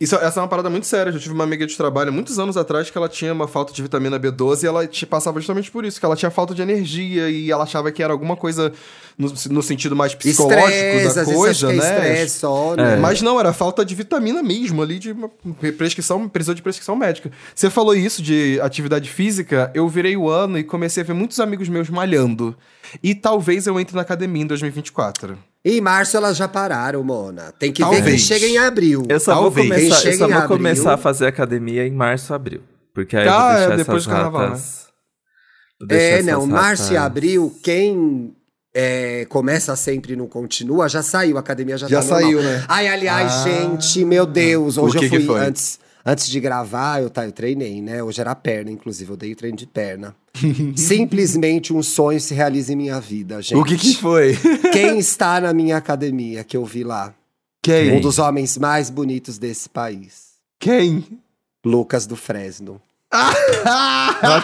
Isso, essa é uma parada muito séria. Eu tive uma amiga de trabalho muitos anos atrás que ela tinha uma falta de vitamina B12 e ela te passava justamente por isso, que ela tinha falta de energia e ela achava que era alguma coisa no, no sentido mais psicológico Estresse, às da vezes coisa, acho que é né? estresse, sono. né? Mas não, era falta de vitamina mesmo ali, de uma prescrição, precisou de prescrição médica. Você falou isso de atividade física, eu virei o ano e comecei a ver muitos amigos meus malhando. E talvez eu entre na academia em 2024. Em março elas já pararam, Mona. Tem que ver quem Talvez. chega em abril. Eu só Talvez. vou começar, eu Chega só em vou abril. começar a fazer academia em março, abril. Porque aí eu Ah, vou é, deixar depois essas do carnaval, ratas... vou deixar né? Ah. É, essas não, março e ratas- abril, quem é, começa sempre e não continua, já saiu, a academia já, tá normal. né? Ai, aliás, Ah. gente, meu Deus, hoje O que eu que fui foi? antes. Antes de gravar, eu, tá, eu treinei, né? Hoje era perna, inclusive, eu dei o treino de perna. Simplesmente um sonho se realiza em minha vida, gente. O que que foi? Quem está na minha academia que eu vi lá? Quem? É. Um dos homens mais bonitos desse país. Quem? Lucas do Fresno. Ah! Não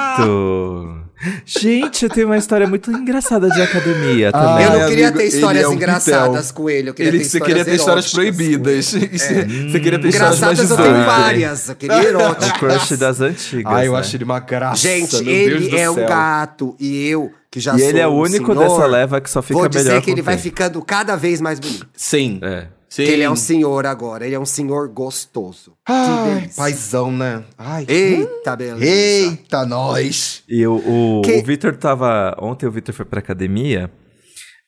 acredito! Gente, eu tenho uma história muito engraçada de academia também. eu Ai, não queria amigo, ter Ah, ele histórias é um engraçadas pitel. com ele. Eu queria Ele, ter você histórias queria ter histórias eróticas com ele. proibidas. E você- Você queria ter histórias mais Engraçadas eu tenho 18. várias. Eu queria O eróticas. Ah, crush das antigas, Ai, eu né? acho ele uma graça. Gente, meu Deus ele do é um céu. gato. E eu, que já E sou ele é o um único senhor, dessa leva que só fica Vou melhor dizer que com ele o vai tempo. ficando cada vez mais bonito. Sim. É. Sim. Que ele é um senhor agora. Ele é um senhor gostoso. Que Ai, delícia. paizão, né? Ai, Eita, beleza. Eita, nós! E o, o, Que- o Victor tava. Ontem o Victor foi pra academia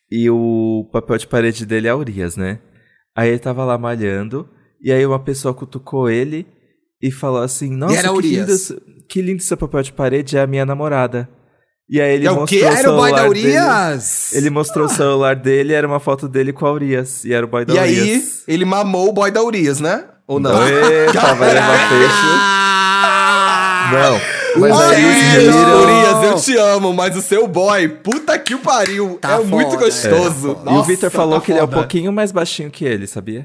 e o papel de parede dele é Urias, né? Aí ele tava lá malhando, e aí uma pessoa cutucou ele e falou assim: Nossa, era que, Urias. lindo, esse- que lindo seu papel de parede, é a minha namorada. E aí ele É o quê? mostrou o Era o boy da celular dele. Urias? Ele mostrou o celular dele, era uma foto dele com a Urias. E era o boy da E aí, Urias. ele mamou o boy da Urias, né? Ou não? Eita, vai levar peixe. Ah! Não, Mas Ai, aí, mentira. Gurias, eu te amo, mas o seu boy, puta que o pariu, Tá é foda, muito é, gostoso. tá foda. e o Victor Nossa, falou tá que ele é um foda. pouquinho mais baixinho que ele, sabia?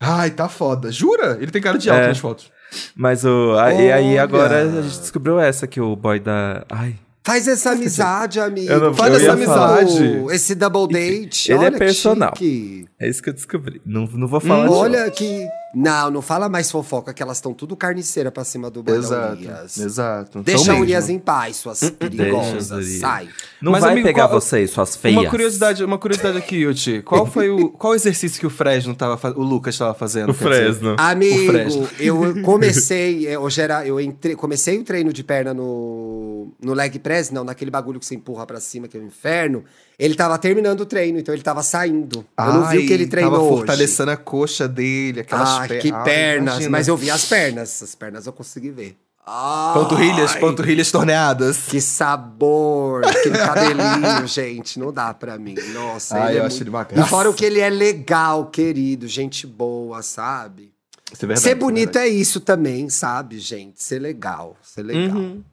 Ai, tá foda. Jura? Ele tem cara de alto É. nas fotos. Mas o. a- e aí Olha. agora a gente descobriu essa que o boy da. Ai. Faz essa amizade, amigo. Eu não- Faz eu essa ia falar. amizade. Esse double date. Ele é olha que personal. chique. É isso que eu descobri. Não, não vou Hum, falar de Olha que. Não, não fala mais fofoca, que elas estão tudo carniceira pra cima do boy da Urias. Exato. Deixa a Urias em paz, suas Deixa, perigosas. Urias. Sai. Não Mas, vai amigo, pegar qual- vocês, suas feias. Uma curiosidade, uma curiosidade aqui, Yuti. Qual foi o qual exercício que o Fresno tava fa- o Lucas tava fazendo? O quer dizer? Fresno. Amigo, Fresno. eu comecei, eh, hoje era, eu entrei, comecei o treino de perna no, no leg press, não, naquele bagulho que você empurra pra cima, que é o inferno. Ele tava terminando o treino, então ele tava saindo. eu não vi o que ele Ai, treinou Ah, Tava hoje. fortalecendo a coxa dele, aquelas Ah, per- que Ai, pernas, imagina. mas eu vi as pernas, as pernas eu consegui ver. Ai, Panturrilhas, panturrilhas torneadas. Que sabor, aquele cabelinho, gente, não dá pra mim, nossa. Ai, ele Ah, eu é acho ele uma E graça. fora o que ele é legal, querido, gente boa, sabe? Isso é verdade, ser isso é bonito verdade. é isso também, sabe, gente? Ser legal, ser legal. O Uhum.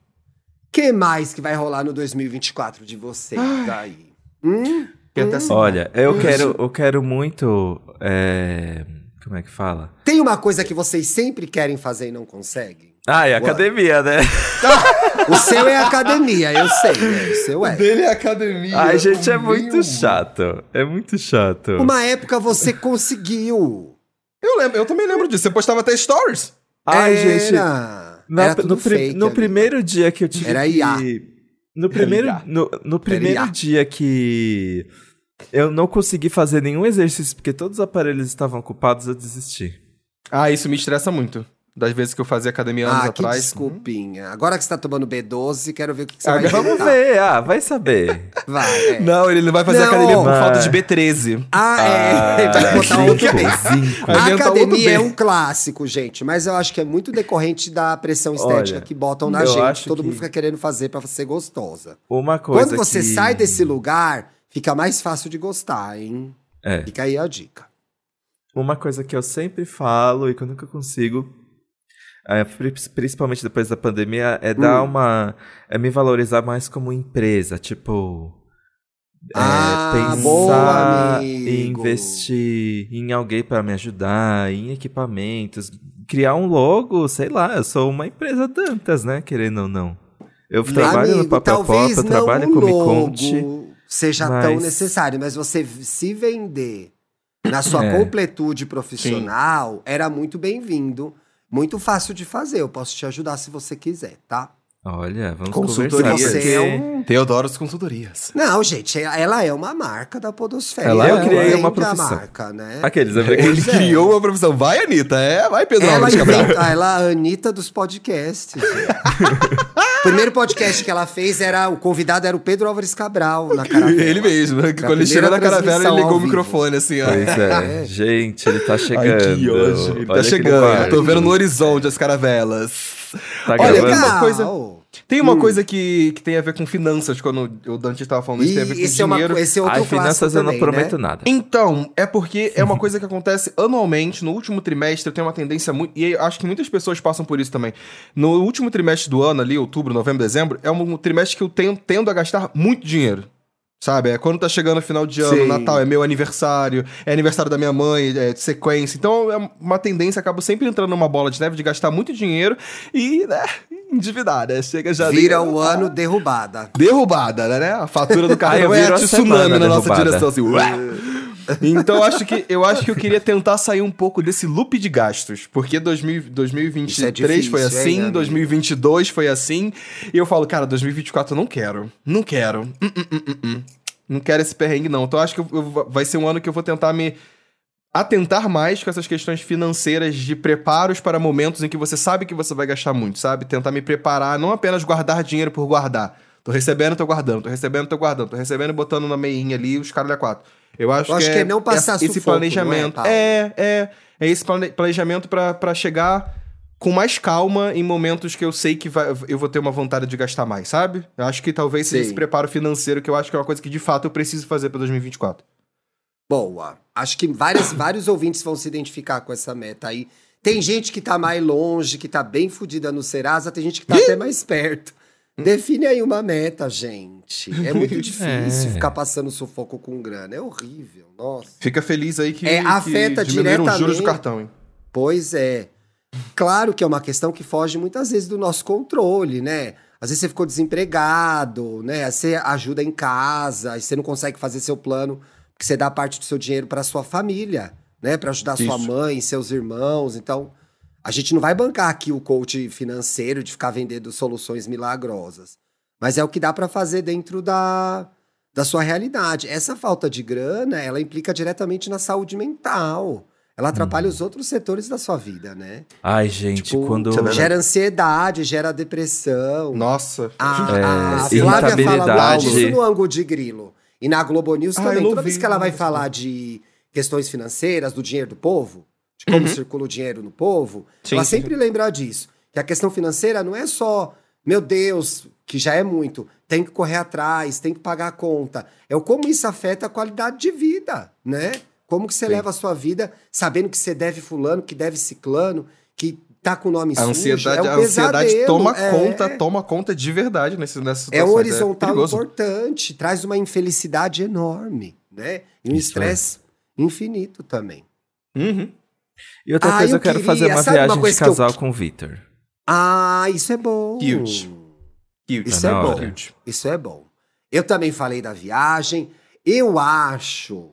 que mais que vai rolar no 2024 de vocês aí? Hum? Quer até assim, assinar. Olha, eu quero, eu quero muito. é, Como é que fala? Tem uma coisa que vocês sempre querem fazer e não conseguem? Ah, é What? academia, né? O seu é academia, eu sei, né? O seu é. dele é academia. Ai, gente, é meu. muito chato. É muito chato. Uma época você conseguiu. Eu, lembro, eu também lembro disso. Você postava até stories. Ai, Era- gente. na- era tudo no pri- fake, no amiga. primeiro dia que eu tive. Era IA. que- No primeiro, IA. no, no primeiro IA. dia que eu não consegui fazer nenhum exercício porque todos os aparelhos estavam ocupados, eu desisti. Ah, isso me estressa muito. Das vezes que eu fazia academia anos Ah, que hum. atrás. desculpinha. Agora que você tá tomando B12, quero ver o que, que você Agora- vai Vamos inventar. ver, ah, vai saber. Vai, é. Não, ele não vai fazer Não. academia por Vai. falta de B13. Ah, é. vai botar outro B. zinco. Vai A inventar outro academia bem. é um clássico, gente, mas eu acho que é muito decorrente da pressão estética Olha, que botam na eu gente. acho Todo que- mundo fica querendo fazer pra ser gostosa. Uma coisa Quando você que- sai desse lugar, fica mais fácil de gostar, hein? É. Fica aí a dica. Uma coisa que eu sempre falo e que eu nunca consigo, é, pri- principalmente depois da pandemia, é Hum. dar uma. é me valorizar mais como empresa. Tipo. é, Ah, pensar boa, em amigo. investir em alguém pra me ajudar, em equipamentos, criar um logo, sei lá, eu sou uma empresa dantas, né? Querendo ou não. Eu trabalho no Amigo, Papel Pop, talvez eu não trabalho um com Me logo Conte. Seja mas- tão necessário, mas você v- se vender na sua É. completude profissional era muito bem-vindo. Muito fácil de fazer. Eu posso te ajudar se você quiser, tá? Olha, vamos Consultoria. conversar. Você porque- é um Teodoros Consultorias. Não, gente, ela é uma marca da podosfera. Ela Eu é, criei vende uma A profissão. marca, né? Aqueles, é Ele Pois é. criou uma profissão. Vai, Anitta. É, vai, Pedro Ela, Álvares Cabral. inventa- ela é a Anitta dos podcasts. o primeiro podcast que ela fez era. O convidado era o Pedro Álvares Cabral na cara. Ele mesmo. né? Quando ele primeira chegou na caravela, transmissão ele ligou ao o microfone assim, ó. Pois é. É. Gente, ele tá Ai, chegando. que ódio. Ele Olha tá que chegando. Eu barco. tô vendo no horizonte as caravelas. Tá Olha, gravando? tem legal. uma coisa- Tem Hum. uma coisa que, que tem a ver com finanças, quando o Dante tava falando isso, E tem a ver com esse, é uma, dinheiro. co- esse é outro Ai, finanças clássico eu não também, prometo né? nada. Então, é porque é uma Uhum. coisa que acontece anualmente, no último trimestre, tem uma tendência muito. E eu acho que muitas pessoas passam por isso também. No último trimestre do ano, ali, outubro, novembro, dezembro, é um trimestre que eu tenho, tendo a gastar muito dinheiro. Sabe? É quando tá chegando o final de ano, Sim. Natal, é meu aniversário, é aniversário da minha mãe, é sequência. Então é uma tendência, acabo sempre entrando numa bola de neve de gastar muito dinheiro e, né, endividar, né? Chega já. Vira ali, o ano derrubada. derrubada, né? A fatura do cartão Ah, eu é viro a a tsunami semana na nossa derrubada. direção, assim. ué. Então eu acho que eu acho que eu queria tentar sair um pouco desse loop de gastos, porque 2000 2023 difícil, foi hein, assim, amigo? 2022 foi assim, e eu falo, cara, 2024 eu não quero, não quero, Hum, hum, hum, hum, hum. não quero esse perrengue não. Então eu acho que eu- eu- vai ser um ano que eu vou tentar me atentar mais com essas questões financeiras de preparos para momentos em que você sabe que você vai gastar muito, sabe? Tentar me preparar, não apenas guardar dinheiro por guardar. Tô recebendo, tô guardando, tô recebendo, tô guardando, tô recebendo e botando na meinha ali os caras da quatro. Eu acho, Eu acho que é não passar esse sufoco, planejamento. não é, Paulo? é, é, é esse plane- planejamento pra pra chegar com mais calma em momentos que eu sei que vai- eu vou ter uma vontade de gastar mais, sabe? Eu acho que talvez seja Sim. esse preparo financeiro que eu acho que é uma coisa que de fato eu preciso fazer pra 2024. Boa. Acho que várias, vários ouvintes vão se identificar com essa meta aí. Tem gente que tá mais longe, que tá bem fodida no Serasa, tem gente que tá até mais perto. Define aí uma meta, gente. É muito difícil É. ficar passando sufoco com grana. É horrível, nossa. Fica feliz aí que, É, que afeta diminuíram os juros diretamente- do cartão, hein? Pois é. Claro que é uma questão que foge muitas vezes do nosso controle, né? Às vezes você ficou desempregado, né? Você ajuda em casa, e você não consegue fazer seu plano, porque você dá parte do seu dinheiro para sua família, né? Para ajudar sua Isso. mãe, seus irmãos. Então, a gente não vai bancar aqui o coach financeiro de ficar vendendo soluções milagrosas. Mas é o que dá para fazer dentro da, da sua realidade. Essa falta de grana, ela implica diretamente na saúde mental. Ela atrapalha os outros setores da sua vida, né? Ai, gente, Tipo, quando. isso é verdade. Gera ansiedade, gera depressão. Ah, Nossa. A, É, a Flávia fala mal irritabilidade. disso no ângulo de grilo. E na Globo News Ah, também. eu Toda ouvi, vez que ela vai nossa. falar de questões financeiras, do dinheiro do povo, de como circula o dinheiro no povo, Sim, ela sim, sempre lembra disso. Que a questão financeira não é só, meu Deus, que já é muito, tem que correr atrás, tem que pagar a conta. É o como isso afeta a qualidade de vida, né? Como que você Sim. leva a sua vida sabendo que você deve fulano, que deve ciclano, que tá com o nome A sujo. ansiedade, é um a ansiedade pesadelo, toma é. conta, toma conta de verdade nesse, nessa É um situação. horizontal perigoso. importante, traz uma infelicidade enorme, né? E um Isso é. estresse infinito também. Uhum. E outra Ah, coisa, eu eu, quero queria- fazer uma sabe uma viagem de coisa que eu- casal com o Victor. Ah, isso é bom. Cute. Cute. Isso Tá na é bom. hora. Isso é bom. Eu também falei da viagem. Eu acho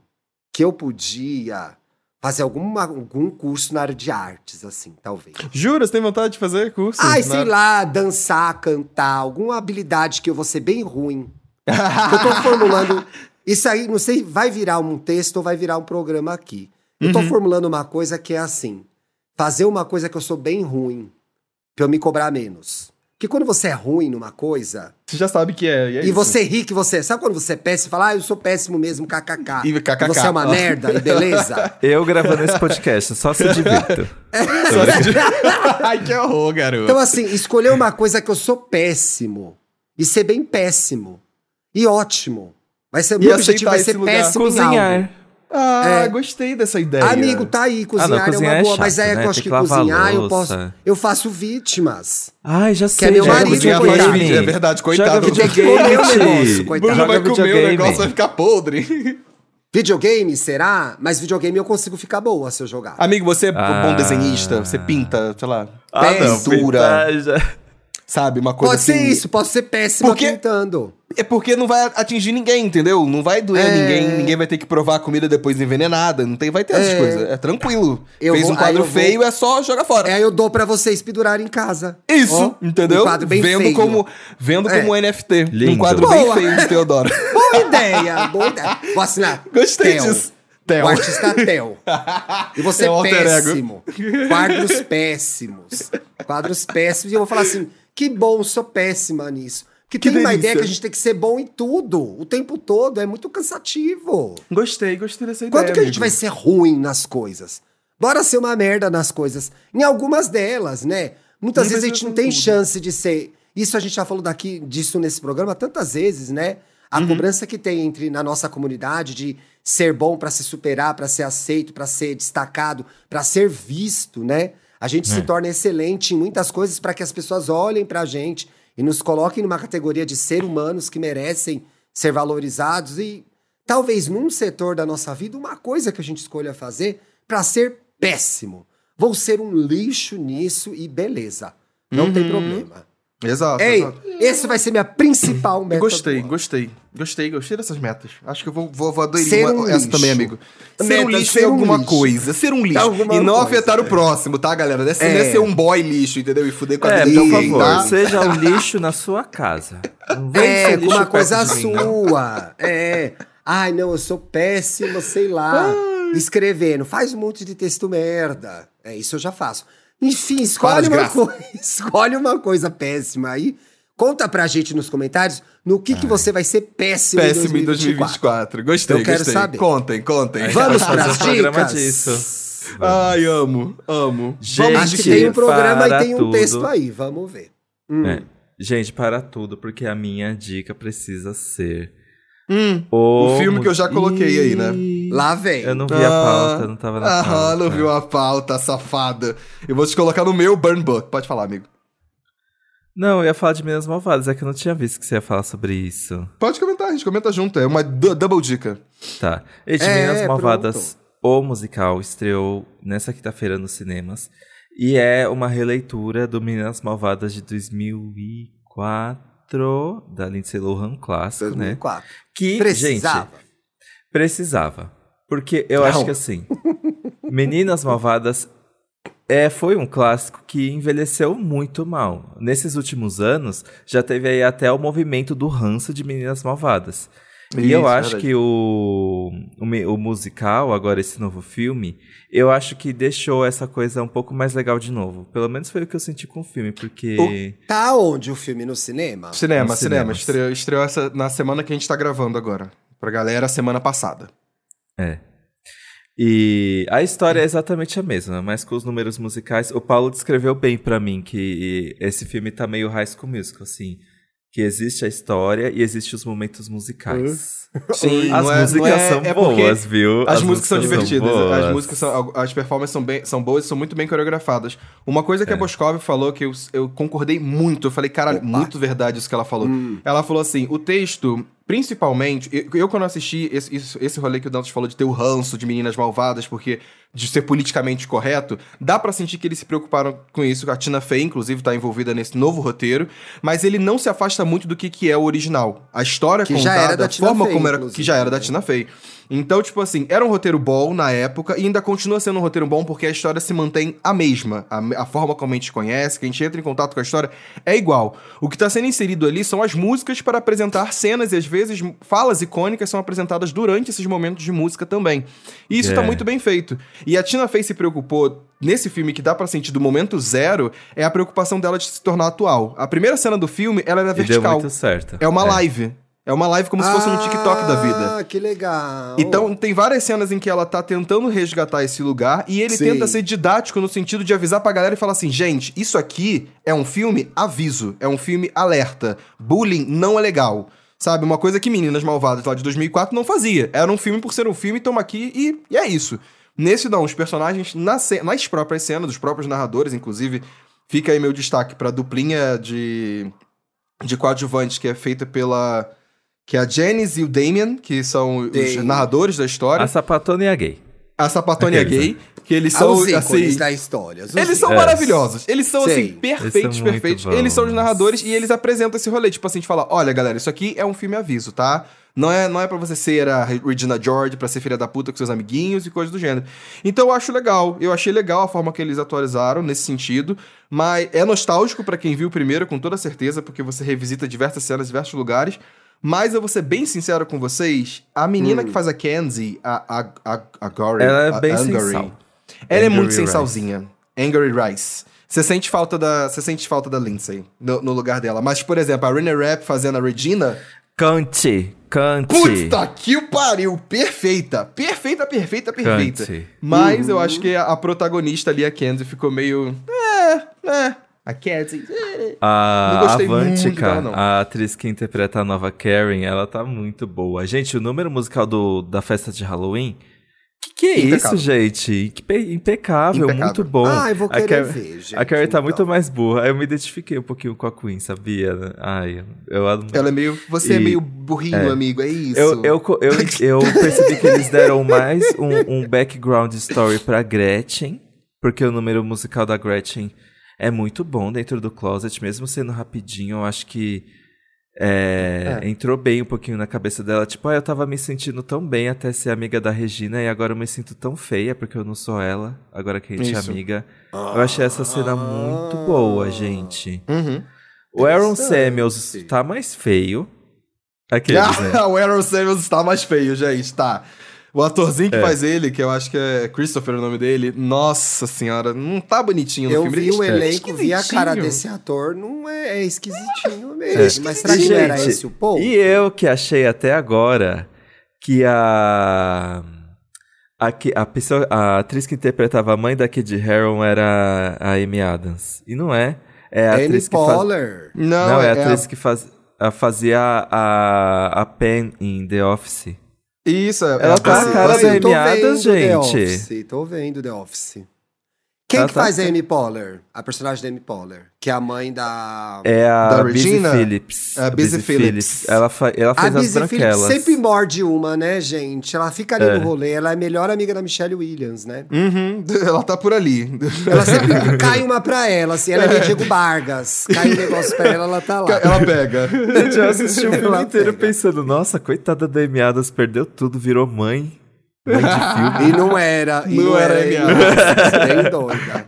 que eu podia fazer alguma, algum curso na área de artes, assim, talvez. Jura? Você tem vontade de fazer curso? Ai, Na- sei lá, dançar, cantar, alguma habilidade que eu vou ser bem ruim. Eu tô formulando. Isso aí, não sei, vai virar um texto ou vai virar um programa aqui. Eu tô Uhum. formulando uma coisa que é assim: fazer uma coisa que eu sou bem ruim, pra eu me cobrar menos. Porque quando você é ruim numa coisa, Você já sabe que é. E, é e isso. você ri que você. Sabe quando você é péssimo e fala, ah, eu sou péssimo mesmo, kkk. E kkk. Você é uma merda, e beleza? Eu gravando esse podcast, só se divirto. Ai, que horror, garoto. Então, assim, escolher uma coisa que eu sou péssimo e ser bem péssimo e ótimo. Vai ser, meu aceitar objetivo vai esse ser lugar. péssimo em algo. Cozinhar. ah, é. gostei dessa ideia. Amigo, tá aí, cozinhar, cozinhar é é uma boa, chato, mas aí né? eu Tem acho que, que lavar a cozinhar eu posso. louça. Eu faço vítimas. Ai, já sei. meu joga marido, videogame. coitado. É verdade, coitado. Joga Tem que comer o negócio, videogame. coitado. Bruno Joga vai comer o videogame. negócio, vai ficar podre. Videogame, será? Mas videogame eu consigo ficar boa se eu jogar. Amigo, você é Ah. bom desenhista, você pinta, sei lá, Ah, não, Pintura. pintar já- sabe? Uma coisa Pode assim. ser isso, posso ser péssima Porque- pintando. É porque não vai atingir ninguém, entendeu? Não vai doer É. ninguém, ninguém vai ter que provar a comida depois envenenada, não tem, vai ter essas É. coisas. É tranquilo. Eu Fez vou- um quadro aí eu vou- feio, é só jogar fora. É, eu dou pra vocês pendurar em casa. Isso, Ó, entendeu? Um quadro bem vendo feio. como vendo É. como NFT, um Lindo. quadro bem Boa. feio de Teodoro. Boa ideia, boa ideia. Vou assinar. Gostei Theo. disso. Theo. O artista Theo. E você É um alter péssimo. Quadros péssimos. Quadros péssimos. E eu vou falar assim, que bom, sou péssima nisso. Porque Que tem uma delícia. ideia que a gente tem que ser bom em tudo, o tempo todo. É muito cansativo. Gostei, gostei dessa Quanto ideia. que a gente É, amigo. vai ser ruim nas coisas? Bora ser uma merda nas coisas. Em algumas delas, né? Muitas Sim, vezes a mas gente não não tem tudo. chance de ser. Isso a gente já falou daqui disso nesse programa tantas vezes, né? A cobrança que tem entre na nossa comunidade de ser bom pra se superar, pra ser aceito, pra ser destacado, pra ser visto, né? A gente se torna excelente em muitas coisas pra que as pessoas olhem pra gente e nos coloquem numa categoria de ser humanos que merecem ser valorizados e talvez num setor da nossa vida, uma coisa que a gente escolha fazer pra ser péssimo. Vou ser um lixo nisso e beleza. Não Uhum. tem problema. Exato. Ei, exato. esse vai ser minha principal meta. Gostei, do ano. gostei. Gostei, gostei dessas metas. Acho que eu vou, vou, vou aderir Ser uma- um essa lixo. também, amigo. Ser um Meta, lixo, ser ser um alguma lixo. É coisa. Ser um lixo. Alguma e não coisa, afetar é. o próximo, tá, galera? Não é, não é É. ser um boy lixo, entendeu? E fuder com a É, vida de por ninguém, favor, tá? seja um lixo na sua casa. Não vem ser É, com lixo uma perto coisa de mim, né? não. sua. É. Ai, não, eu sou péssima, sei lá. Escrevendo. Faz um monte de texto merda. É, isso eu já faço. Enfim, Fala, escolhe uma, desgraça. coisa, escolhe uma coisa péssima aí. Conta pra gente nos comentários no que, que você vai ser péssimo, Péssimo em 2024. 2024. Gostei, Eu quero gostei. saber. Contem, contem. Vamos Fazer pras um programa dicas. disso. Ai, amo, amo. Gente, Acho que tem um programa e para tem um tudo. texto aí, vamos ver. Hum. É. Gente, para tudo, porque a minha dica precisa ser. um- Hum, O, filme que eu já coloquei aí, né? Ih, Lá vem. Eu não vi a Ah, pauta, não tava na pauta. Aham, não viu a pauta, safada. Eu vou te colocar no meu Burn Book. Pode falar, amigo. Não, eu ia falar de Meninas Malvadas, é que eu não tinha visto que você ia falar sobre isso. Pode comentar, a gente comenta junto. É uma du- double dica. Tá. E de É, Meninas pronto. Malvadas, o musical estreou nessa quinta-feira nos cinemas. E é uma releitura do Meninas Malvadas de 2004, da Lindsay Lohan clássico, né? 2004. Que, gente, Precisava. precisava. Porque eu acho Não. que assim, Meninas Malvadas é, foi um clássico que envelheceu muito mal. Nesses últimos anos, já teve aí até o movimento do ranço de Meninas Malvadas. E eu Isso, acho verdade. que o, o, me- o musical, agora esse novo filme, eu acho que deixou essa coisa um pouco mais legal de novo. Pelo menos foi o que eu senti com o filme, porque. Tá onde o filme? No cinema? Cinema, Nos cinema. cinemas. Estreou, estreou essa, na semana que a gente tá gravando agora. Pra galera, semana passada. É. E a história é exatamente a mesma, mas com os números musicais. O Paulo descreveu bem pra mim que esse filme tá meio high school musical, assim. Que existe a história e existe os momentos musicais. Uhum. Sim, As músicas são boas, viu? é- As, músicas são divertidas, boas. as músicas são, é as performances são, bem, são boas, e são muito bem coreografadas. Uma coisa É. que a Boscov falou que eu, eu concordei muito, eu falei, caralho, Opa. muito verdade isso que ela falou. Hum. Ela falou assim, o texto, principalmente, eu, eu quando assisti esse, isso- esse rolê que o Dantas falou de ter o ranço de meninas malvadas, porque de ser politicamente correto, dá pra sentir que eles se preocuparam com isso. A Tina Fey, inclusive, tá envolvida nesse novo roteiro, mas ele não se afasta muito do que, que é o original. A história Que já contada, era da a Tina forma Fey, como era, que inclusive, já era da né? Tina Fey. Então, tipo assim, era um roteiro bom na época e ainda continua sendo um roteiro bom porque a história se mantém a mesma. A, me- a forma como a gente conhece, que a gente entra em contato com a história é igual. O que tá sendo inserido ali são as músicas para apresentar cenas e às vezes m- falas icônicas são apresentadas durante esses momentos de música também. E isso tá É. muito bem feito. E a Tina Fey se preocupou nesse filme que dá pra sentir do momento zero é a preocupação dela de se tornar atual. A primeira cena do filme, ela era E deu vertical. muito certo. É uma live. É uma live como se fosse um TikTok da vida. Ah, que legal. Então, tem várias cenas em que ela tá tentando resgatar esse lugar e ele Sim. tenta ser didático no sentido de avisar pra galera e falar assim: gente, isso aqui é um filme aviso, é um filme alerta. Bullying não é legal. Sabe? Uma coisa que Meninas Malvadas lá de 2004 não fazia. Era um filme por ser um filme, toma aqui e, e é isso. Nesse não, os personagens nas, ce- nas próprias cenas, dos próprios narradores, inclusive, fica aí meu destaque pra duplinha de, de coadjuvantes que é feita pela. Que é a Janice e o Damien, que são os Damien. narradores da história. A sapatona e a gay. A sapatonia Aqueles, gay, que eles Ah, são os ícones assim. da história. os Eles são É. maravilhosos. Eles são, assim, Sim. Eles perfeitos, são muito perfeitos. Eles são os bons. narradores e eles apresentam esse rolê. Tipo assim, de falar, olha, galera, isso aqui é um filme aviso, tá? Não é, não é pra você ser a Regina George, pra ser filha da puta com seus amiguinhos e coisas do gênero. Então eu acho legal. Eu achei legal a forma que eles atualizaram nesse sentido. Mas é nostálgico pra quem viu primeiro, com toda certeza, porque você revisita diversas cenas, diversos lugares. Mas eu vou ser bem sincero com vocês, a menina que faz a Kenzie, a, a, a, a Gory, Ela é a- bem a Angry, sensal. ela é Angry muito Rice. sensalzinha. Angry Rice. Você sente falta da, você sente falta da Lindsay no, no lugar dela. Mas, por exemplo, a Rene Rapp fazendo a Regina. Cante, cante. Puta que o pariu! Perfeita! Perfeita, perfeita, perfeita. Cante. Mas eu acho que a, a protagonista ali, a Kenzie, ficou meio. É, é. A Kenzie. é. Não A gostei muito Avantika, dela, não. a atriz que interpreta a nova Karen, ela tá muito boa. Gente, o número musical do, da festa de Halloween. Que que é Impecável. isso, gente? Que pe- impecável, Impecável. muito bom. Ah, eu vou a querer Karen, ver, gente. a Karen tá então. muito mais burra. Eu me identifiquei um pouquinho com a Queen, sabia? Ai, eu amo. Ela é meio. Você é E- meio burrinho, amigo, é isso. Eu, eu, co- eu, eu percebi que eles deram mais um, um background story pra Gretchen, porque o número musical da Gretchen é muito bom dentro do closet, mesmo sendo rapidinho, eu acho que é, entrou bem um pouquinho na cabeça dela. Tipo, ah, eu tava me sentindo tão bem até ser amiga da Regina e agora eu me sinto tão feia porque eu não sou ela, agora que a gente Isso. é amiga. Eu achei essa Ah. cena muito boa, gente. Uhum. O Aaron Interessante. Samuels tá mais feio. Aqueles, né? Ah, o Aaron Samuels está mais feio, gente, tá. O atorzinho que É. faz ele, que eu acho que é Christopher o nome dele, nossa senhora, não tá um bonitinho no Eu filme. vi ele o é elenco, vi a cara esquisitinho. desse ator, não é, é esquisitinho mesmo. Mas será que Gente, não era esse o ponto? E eu que achei até agora que a. A, que- a pessoa, a atriz que interpretava a mãe da Kid Haron era a Amy Adams. E não é. É a Annie atriz que faz, Poller. Não, Não, é a é atriz que faz, a, fazia a, a Pen em The Office. a- Isso, é Ela a tá a Patsy- cara Patsy- da Amy Adams, The gente. Office, tô vendo The Office. Quem Ela que tá- faz a Amy Poehler? A personagem da Amy Poehler, que é a mãe da... É a Da Busy Regina? Phillips. É a Busy Phillips. Ela, fa- ela A fez as Busy Phillips branquelas. sempre morde uma, né, gente? Ela fica ali É. no rolê, ela é a melhor amiga da Michelle Williams, né? Uhum, ela tá por ali. Ela sempre cai uma pra ela, assim, ela é meio Diego Vargas. Cai um negócio pra ela, ela tá lá. Ela é pega. Gente, eu assisti o filme Ela inteiro pega. pensando, nossa, coitada da Amy Adams, perdeu tudo, virou mãe. Mãe de filme. E não era. E Não não, era era, Amy Amy Bem doida.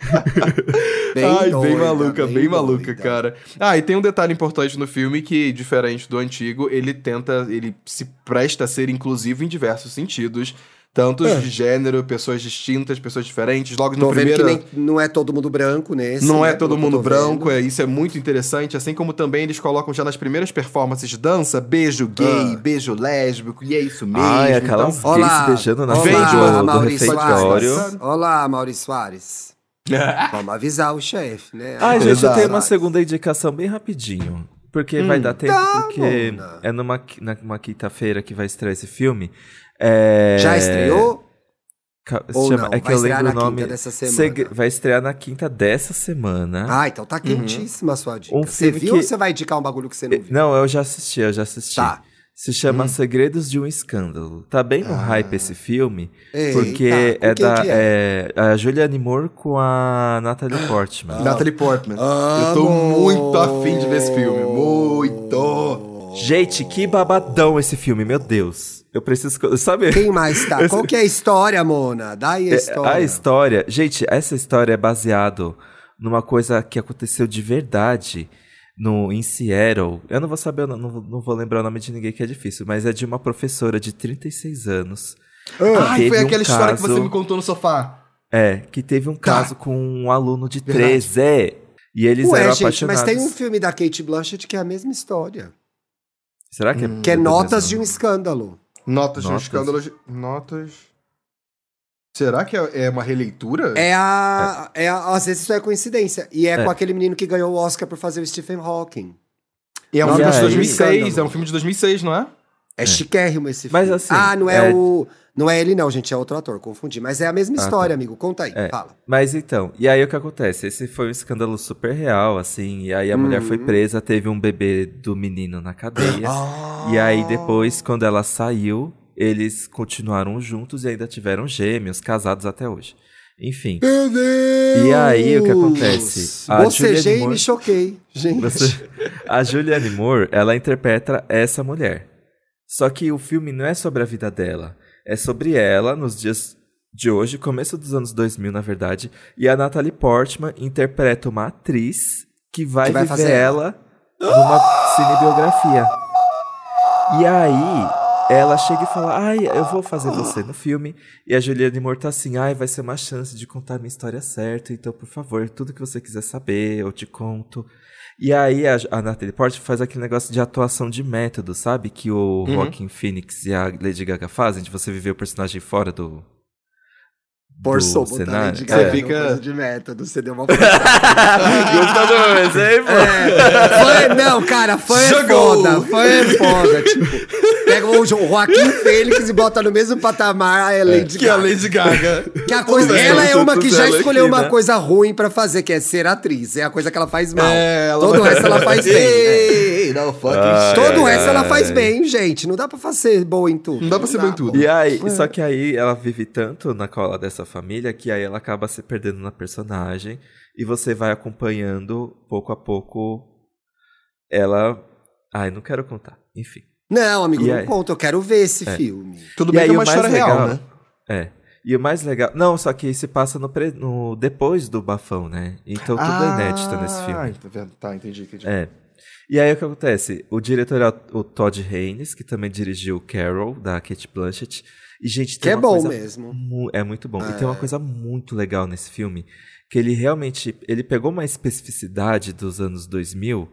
Ai, bem doida, maluca, bem, maluca, doida. cara. Ah, e tem um detalhe importante no filme que, diferente do antigo, ele tenta, ele se presta a ser inclusivo em diversos sentidos. Tanto É. de gênero, pessoas distintas, pessoas diferentes. Logo no Tô vendo primeiro. que nem, não é todo mundo branco nesse. Não né, é todo pelo que eu mundo tô branco, vendo. é, isso é muito interessante. Assim como também eles colocam já nas primeiras performances de dança, beijo gay, Ah. beijo lésbico, e é isso mesmo. Ai, aquela então- gays Olá, se beijando tá na olá, frente um do, do Maurício refeitório. Soares. Olá, Maurício Soares. então Vamos avisar o chefe, né? Ai, Ah, gente, eu Exato. tenho uma segunda indicação bem rapidinho. Porque Hum. vai dar tempo, Tá, porque Mona. é numa, qui- na- numa quinta-feira que vai estrear esse filme. É, Já estreou? ca- se Ou chama- não? É que Vai eu estrear lembro o na nome. quinta dessa semana. Seg- Vai estrear na quinta dessa semana. Ah, então tá quentíssima a sua dica. Uhum. Um você filme viu que- ou você vai indicar um bagulho que você não Eh, viu? Não, eu já assisti, eu já assisti. Tá. Ah. Se chama Segredos de um Escândalo. Tá bem no hype esse filme, Eita, porque com é quem da que é? a Julianne Moore com a Natalie Portman. Natalie Portman. Eu tô Amo! muito afim de ver esse filme. Muito! Gente, que babadão esse filme, meu Deus. Eu preciso. co- Sabe? Quem mais tá? Qual que é a história, Mona? Dá aí a história. É, A história. Gente, essa história é baseada numa coisa que aconteceu de verdade no, em Seattle. Eu não vou saber, o no- não, vou- não vou lembrar o nome de ninguém que é difícil, mas é de uma professora de 36 anos. Ai, Teve foi um aquela história que você caso- me contou no sofá. É, que teve um Tá. caso com um aluno de Verdade. 13. E eles Ué, eram gente, apaixonados. mas tem um filme da Kate Blanchett que é a mesma história. Será que é, Que é do Notas de mesmo? um Escândalo. Notas, de um Notas. escândalo. de- Notas. Será que é é uma releitura? É a, é a- Às vezes isso é coincidência. E é, É. com aquele menino que ganhou o Oscar por fazer o Stephen Hawking. E é um E filme de aí? 2006, é Escândalo. um filme de 2006, não é? É, chiquérrimo esse filme. Mas assim, ah, não é, é- o. Não é ele, não, gente, é outro ator, confundi. Mas é a mesma Ah, história, amigo. Conta aí, É. fala. Mas então, e aí o que acontece? Esse foi um escândalo super real, assim. E aí a mulher Uhum. foi presa, teve um bebê do menino na cadeia. E aí depois, quando ela saiu, eles continuaram juntos e ainda tiveram gêmeos, casados até hoje. Enfim. Meu Deus! E aí, o que acontece? A Bocejei Julianne e Moore- me choquei, gente. Você- A Julianne Moore, ela interpreta essa mulher. Só que o filme não é sobre a vida dela. É sobre ela nos dias de hoje, começo dos anos 2000, na verdade. E a Natalie Portman interpreta uma atriz que vai, Que vai viver fazer ela numa cinebiografia. E aí, ela chega e fala: Ai, eu vou fazer você no filme. E a Juliane Moore tá assim: Ai, vai ser uma chance de contar minha história certa. Então, por favor, tudo que você quiser saber, eu te conto. E aí, a, a Natalie Portman faz aquele negócio de atuação de método, sabe? Que o Uhum. Joaquin Phoenix e a Lady Gaga fazem, de você viver o personagem fora do. Por do sombra da cenário. Lady Gaga. É. Você fica- coisa de método, você deu uma forçada. Gostou do meu exemplo? É, fã- não, cara, fã é Jogou! foda, fã é foda, tipo, pega o Jo- Joaquim Félix e bota no mesmo patamar a Lady Que é a Gaga. Lady Gaga. Que a coisa, Tudo ela bem, é uma tudo que já dela escolheu aqui, uma né? coisa ruim pra fazer, que é ser atriz, é a coisa que ela faz mal. É, ela- Todo o resto ela faz bem. né? é. Ei, não, fucking Ah, shit. Todo o ai, resto ela faz ai. bem, gente, não dá pra fa- ser boa em tudo. Não dá pra ser bem tudo. E aí, só que aí ela vive tanto na cola dessa família que aí ela acaba se perdendo na personagem e você vai acompanhando pouco a pouco ela. Ai, não quero contar. Enfim. Não, amigo, E não aí? conta, eu quero ver esse filme. Tudo E bem aí que é o uma mais história real, legal- né? É. E o mais legal. Não, só que se passa no, pre- no- depois do bafão, né? Então tudo é inédito nesse filme. Ah, tá vendo? Tá, entendi. entendi. É. E aí o que acontece? O diretor é o Todd Haynes, que também dirigiu Carol, da Kate Blanchett. E, gente, tem Que é uma bom coisa mesmo. mu- É muito bom. E tem uma coisa muito legal nesse filme, que ele realmente, ele pegou uma especificidade dos anos 2000,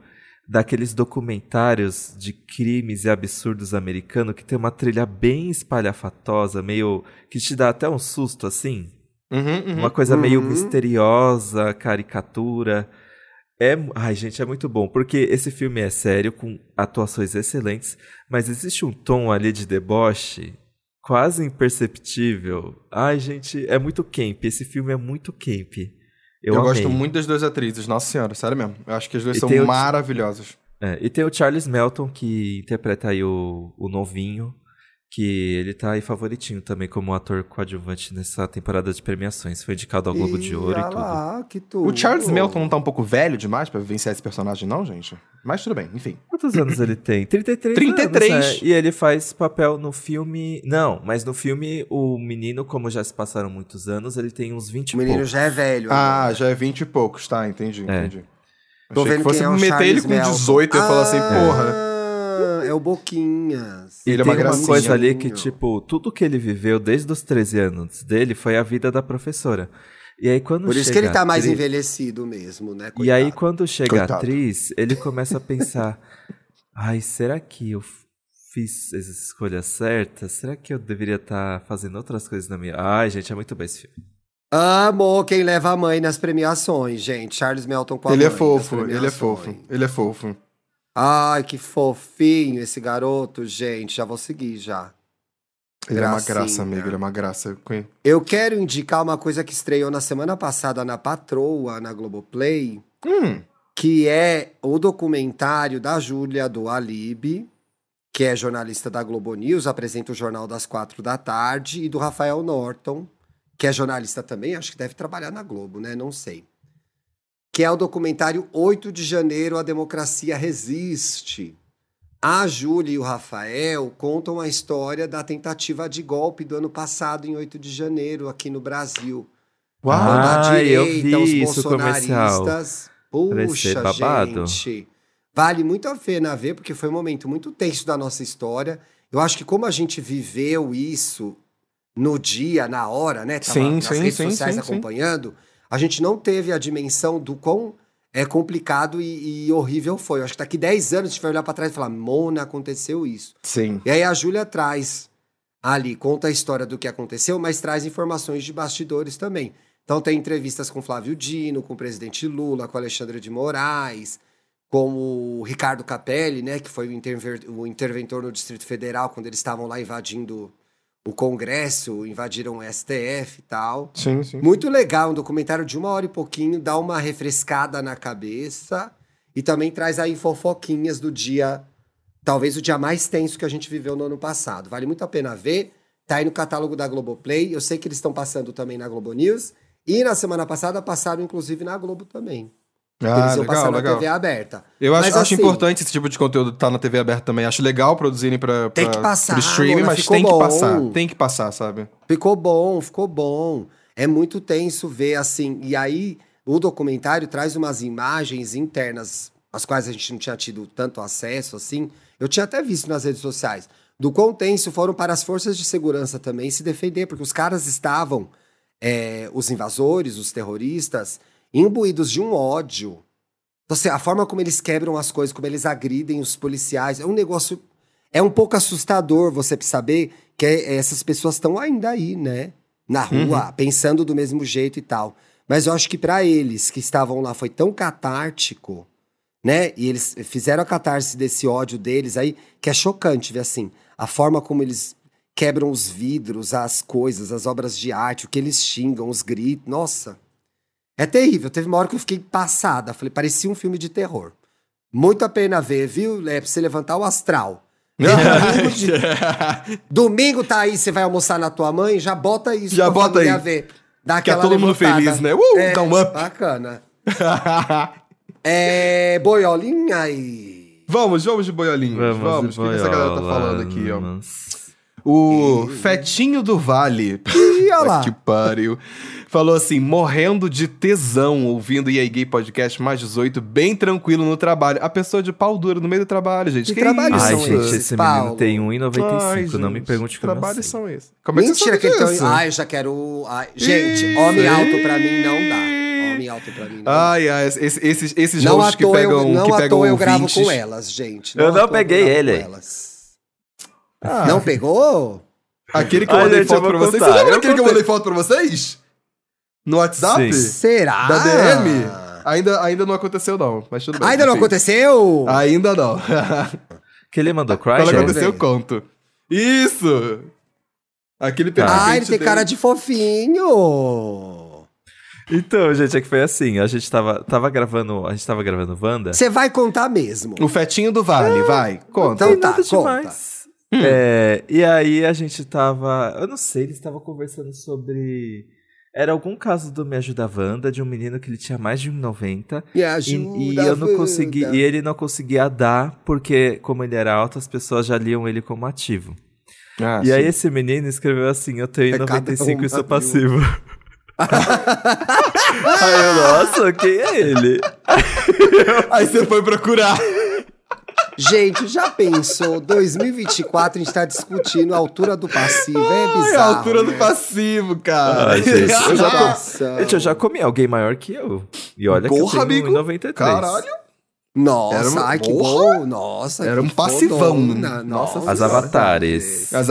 daqueles documentários de crimes e absurdos americanos, que tem uma trilha bem espalhafatosa, meio... que te dá até um susto, assim. Uhum, uhum. Uma coisa meio Uhum. misteriosa, caricatura. É, mu- ai, gente, é muito bom, porque esse filme é sério, com atuações excelentes, mas existe um tom ali de deboche quase imperceptível. Ai, gente, é muito camp. Esse filme é muito camp. Eu, Eu, gosto amei. muito das duas atrizes, nossa senhora, sério mesmo. Eu acho que as duas E são tem o- maravilhosas. É, e tem o Charles Melton, que interpreta aí o, o novinho, que ele tá aí favoritinho também como ator coadjuvante nessa temporada de premiações. Foi indicado ao Globo de Ouro e olha tudo. lá, que tudo. O Charles Melton não tá um pouco velho demais pra vivenciar esse personagem, não, gente? Mas tudo bem, enfim. Quantos anos ele tem? 33 33. anos, né? E ele faz papel no filme... Não, mas no filme, o menino, como já se passaram muitos anos, ele tem uns 20 O e menino poucos. já é velho. tipo, Ah, já é 20 e poucos, tá, entendi, entendi. Tô Achei vendo que fosse quem é o meter Charles ele com Melton. 18 e falar assim, porra. Ah, É o Boquinhas. E Ele é tem uma uma gracinha. coisa ali que, tipo, tudo que ele viveu desde os 13 anos dele foi a vida da professora. E aí, quando Por isso que chega ele tá mais a atriz- envelhecido mesmo, né? E aí, coitado? quando chega a Coitado. atriz, ele começa a pensar: ai, será que eu f- fiz as escolhas certas? Será que eu deveria estar fazendo outras coisas na minha. Ai, gente, é muito bem esse filme. Amo quem leva a mãe nas premiações, gente. Charles Melton com a Ele mãe. é nas fofo, ele é premiações. fofo, ele é fofo. Ai, que fofinho esse garoto, gente. Já vou seguir já. Ele é uma Gracinha. graça, amigo, ele é uma graça. Eu conhe- Eu quero indicar uma coisa que estreou na semana passada na Patroa, na Globoplay, Hum, que é o documentário da Júlia do Alibi, que é jornalista da Globo News, apresenta o Jornal das Quatro da Tarde, e do Rafael Norton, que é jornalista também, acho que deve trabalhar na Globo, né? Não sei. Que é o documentário 8 de janeiro, A Democracia Resiste. A Júlia e o Rafael contam a história da tentativa de golpe do ano passado, em 8 de janeiro, aqui no Brasil uau. Ah. da Ai, eu direita, vi os isso, comercial. bolsonaristas. Parece Puxa, ser babado. gente. Vale muito a pena ver, porque foi um momento muito tenso da nossa história. Eu acho que como a gente viveu isso no dia, na hora, né? Tava Sim, nas sim, redes sim, sociais sim, sim. acompanhando, a gente não teve a dimensão do quão é complicado e, e horrível foi. Eu acho que daqui 10 anos a gente vai olhar pra trás e falar, Mona, aconteceu isso. Sim. E aí a Júlia traz ali, conta a história do que aconteceu, mas traz informações de bastidores também. Então tem entrevistas com Flávio Dino, com o presidente Lula, com Alexandre de Moraes, com o Ricardo Capelli, né, que foi o, interver- o interventor no Distrito Federal quando eles estavam lá invadindo o Congresso, invadiram o STF e tal. Sim, sim. Muito legal, um documentário de uma hora e pouquinho, dá uma refrescada na cabeça e também traz aí fofoquinhas do dia, talvez o dia mais tenso que a gente viveu no ano passado. Vale muito a pena ver, tá aí no catálogo da Globoplay, eu sei que eles estão passando também na Globo News e na semana passada passaram inclusive na Globo também. Ah, eles iam passar legal, na legal. TV aberta. Eu acho, Mas acho assim- importante esse tipo de conteúdo estar na TV aberta também. Acho legal produzirem pra, Tem pra- que passar, pro streaming, Mona, mas ficou tem bom. que passar. Tem que passar, sabe? Ficou bom, ficou bom. É muito tenso ver assim. E aí, o documentário traz umas imagens internas, as quais a gente não tinha tido tanto acesso assim. Eu tinha até visto nas redes sociais. Do quão tenso foram para as forças de segurança também se defender, porque os caras estavam, é, os invasores, os terroristas, imbuídos de um ódio. Então, assim, a forma como eles quebram as coisas, como eles agridem os policiais, é um negócio. É um pouco assustador você saber que é- essas pessoas estão ainda aí, né? Na rua, pensando do mesmo jeito e tal. Mas eu acho que pra eles que estavam lá foi tão catártico, né? E eles fizeram a catarse desse ódio deles aí, que é chocante ver assim, a forma como eles quebram os vidros, as coisas, as obras de arte, o que eles xingam, os gritos. Nossa. É terrível. Teve uma hora que eu fiquei passada. Falei, parecia um filme de terror. Muito a pena ver, viu? É pra você levantar o astral. Domingo, de- domingo tá aí, você vai almoçar na tua mãe, já bota isso Já pra bota família aí. ver. Dá Que é aquela todo mundo levantada. feliz, né? Uh, É, dá um up. Bacana. É, boiolinha aí. vamos, vamos de boiolinhos. Vamos, o que que essa galera tá falando aqui, ó? O Fetinho do Vale. Ih, olha lá. que pariu. Falou assim, morrendo de tesão, ouvindo E aí Gay Podcast mais 18, bem tranquilo no trabalho. A pessoa de pau dura no meio do trabalho, gente. Que trabalho isso? Ai, são gente, é esses, esse menino Paulo? tem Ai, 1,95. gente, Não me pergunte como eu não trabalhos sei. são esses. Como é Mentira que ele tem. um- Ai. Ai, eu já quero. Ai, gente, Ih. homem alto pra mim não dá. Homem alto pra mim não dá. Ai, ai, esses, esses, Ah, esses Não à hosts que toa eu, pegam, não que à pegam toa eu gravo ouvintes. com elas, gente. Eu à não toa peguei gravo ele. com elas. Ah, Não pegou? Aquele que eu Ai, mandei Ah. gente, eu vou foto pra vocês. contar. Você lembra Eu aquele que eu contei. mandei foto pra vocês? No WhatsApp? Sim. Será? Da DM? Ainda, ainda não aconteceu, não. Mas tudo bem. Ainda não enfim. Ah, aconteceu? Ainda não. Que ele mandou Cry Quando Ai, James? aconteceu, eu velho. conto. Isso! Aquele perfil. Ah, que a ele gente tem deu. cara de fofinho. Então, gente, é que foi assim. A gente tava, tava gravando. A gente tava gravando Wanda. Você vai contar mesmo. O fetinho do Vale, vai, conta. Então Tem tá, nada conta. demais. É, e aí a gente tava. Eu não sei, eles estavam conversando sobre. Era algum caso do Me Ajuda Wanda, de um menino que ele tinha mais de 1,90. Me E, ajuda, e eu não Wanda. consegui. E ele não conseguia dar, porque, como ele era alto, as pessoas já liam ele como ativo. Ah, É e aí esse menino escreveu assim: Eu tenho Pecado 95 um e sou arrumado. passivo. aí eu, nossa, quem é ele? aí você foi procurar. Gente, já pensou? 2024 a gente tá discutindo a altura do passivo. É bizarro. Ai, a altura do né? passivo, cara. Ah, gente, eu já tô- Nossa. Gente, eu já comi alguém maior que eu. E olha É. Porra, que eu tenho amigo. 1,93. Caralho. Nossa, Era um- ai, que Porra! bom. Nossa, Era que um passivão. fodona. Nossa As Nossa, avatares. As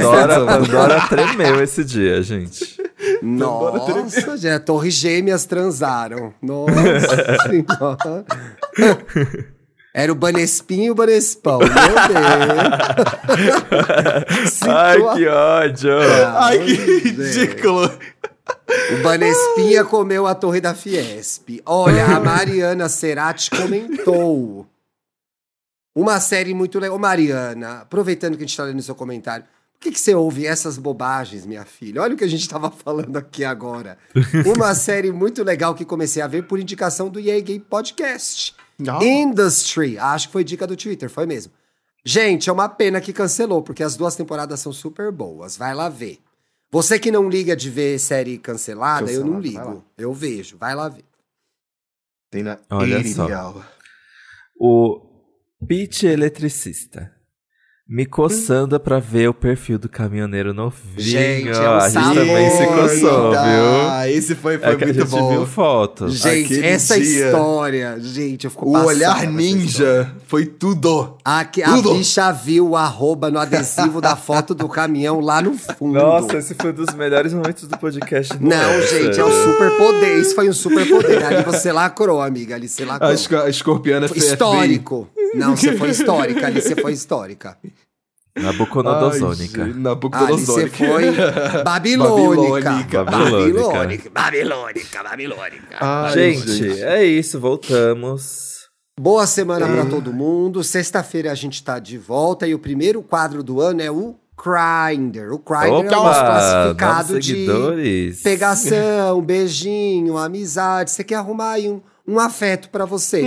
Pandora, Pandora tremeu esse dia, gente. Nossa, gente, a Torre Gêmeas transaram. Nossa senhora. Era o Banespim e o Banespão. Meu Deus. Ai, que ódio! Ai, que Gente. ridículo. O Banespinha comeu a Torre da Fiesp. Olha, a Mariana Cerati comentou. Uma série muito legal. Ô, Mariana, aproveitando que a gente tá lendo seu comentário, por que, que você ouve essas bobagens, minha filha? Olha o que a gente tava falando aqui agora. Uma série muito legal que comecei a ver por indicação do Yay Gay Podcast. Industry. Ah, Acho que foi dica do Twitter, foi mesmo. Gente, é uma pena que cancelou, porque as duas temporadas são super boas. Vai lá ver. Você que não liga de ver série cancelada, eu não Cancelada, vai ligo. Eu vejo. Vai lá ver. Tem na Olha só. Irial. O Pete Eletricista. Me coçando pra ver o perfil do caminhoneiro novinho. Gente, é um a tá gente também se sabor. coçou, viu? Eita, então. Ah, Esse foi, foi É que a muito gente bom. viu fotos. Gente, Aquele essa dia- história, gente, eu fico O passada olhar né, com essa história. ninja foi tudo. A, que- a Tudo. bicha viu o arroba no adesivo da foto do caminhão lá no fundo. Nossa, esse foi um dos melhores momentos do podcast. Não, gente, é um super poder. Isso foi um super poder. Ali você lacrou, amiga. Ali você A, lacrou. esco a é escorpiana Foi FFI. Histórico. Não, você foi histórica. Ali você foi histórica. Nabucodonosônica. Ai, gente, Ah, Ali você Nabucodonosônica. foi babilônica. Babilônica. Babilônica. Babilônica. Babilônica. Babilônica. Ai, Gente, é isso, voltamos. Boa semana pra todo mundo. Sexta-feira a gente tá de volta e o primeiro quadro do ano é o Grindr. O Grindr é o nosso Opa, classificado novos de seguidores. pegação, beijinho, amizade. Você quer arrumar aí um, um afeto pra você.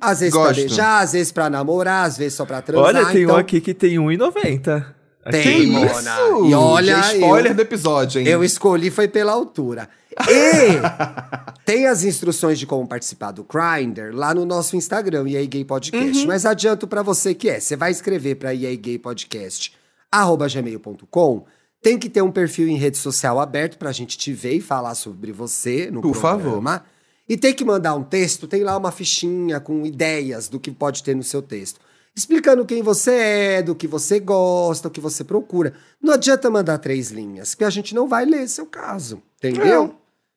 Às vezes pra Gosto. beijar, às vezes pra namorar, às vezes só pra transar. Olha, tem então, um aqui que tem 1,90. Tem, Aqui. mano. Isso! E olha, Já é spoiler eu- do episódio, hein? Eu escolhi foi pela altura. E tem as instruções de como participar do Grindr lá no nosso Instagram, EA Gay Podcast. Uhum. Mas adianto pra você que é, você vai escrever pra EA Gay Podcast, arroba gmail.com. Tem que ter um perfil em rede social aberto pra gente te ver e falar sobre você no Por favor. programa. E tem que mandar um texto, tem lá uma fichinha com ideias do que pode ter no seu texto. Explicando quem você é, do que você gosta, o que você procura. Não adianta mandar três linhas, porque a gente não vai ler seu caso, entendeu?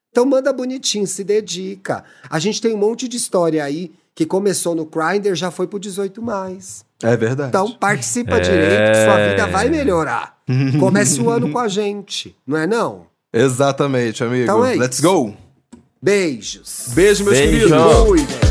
Então manda bonitinho, se dedica. A gente tem um monte de história aí que começou no Grindr, já foi pro 18 mais. É verdade. Então participa É. direito, que sua vida vai melhorar. Comece o ano com a gente, não é não? Exatamente, amigo. Então é Let's isso. go. Beijos. Beijo, meus Beijo. queridos. Então. Cuidem.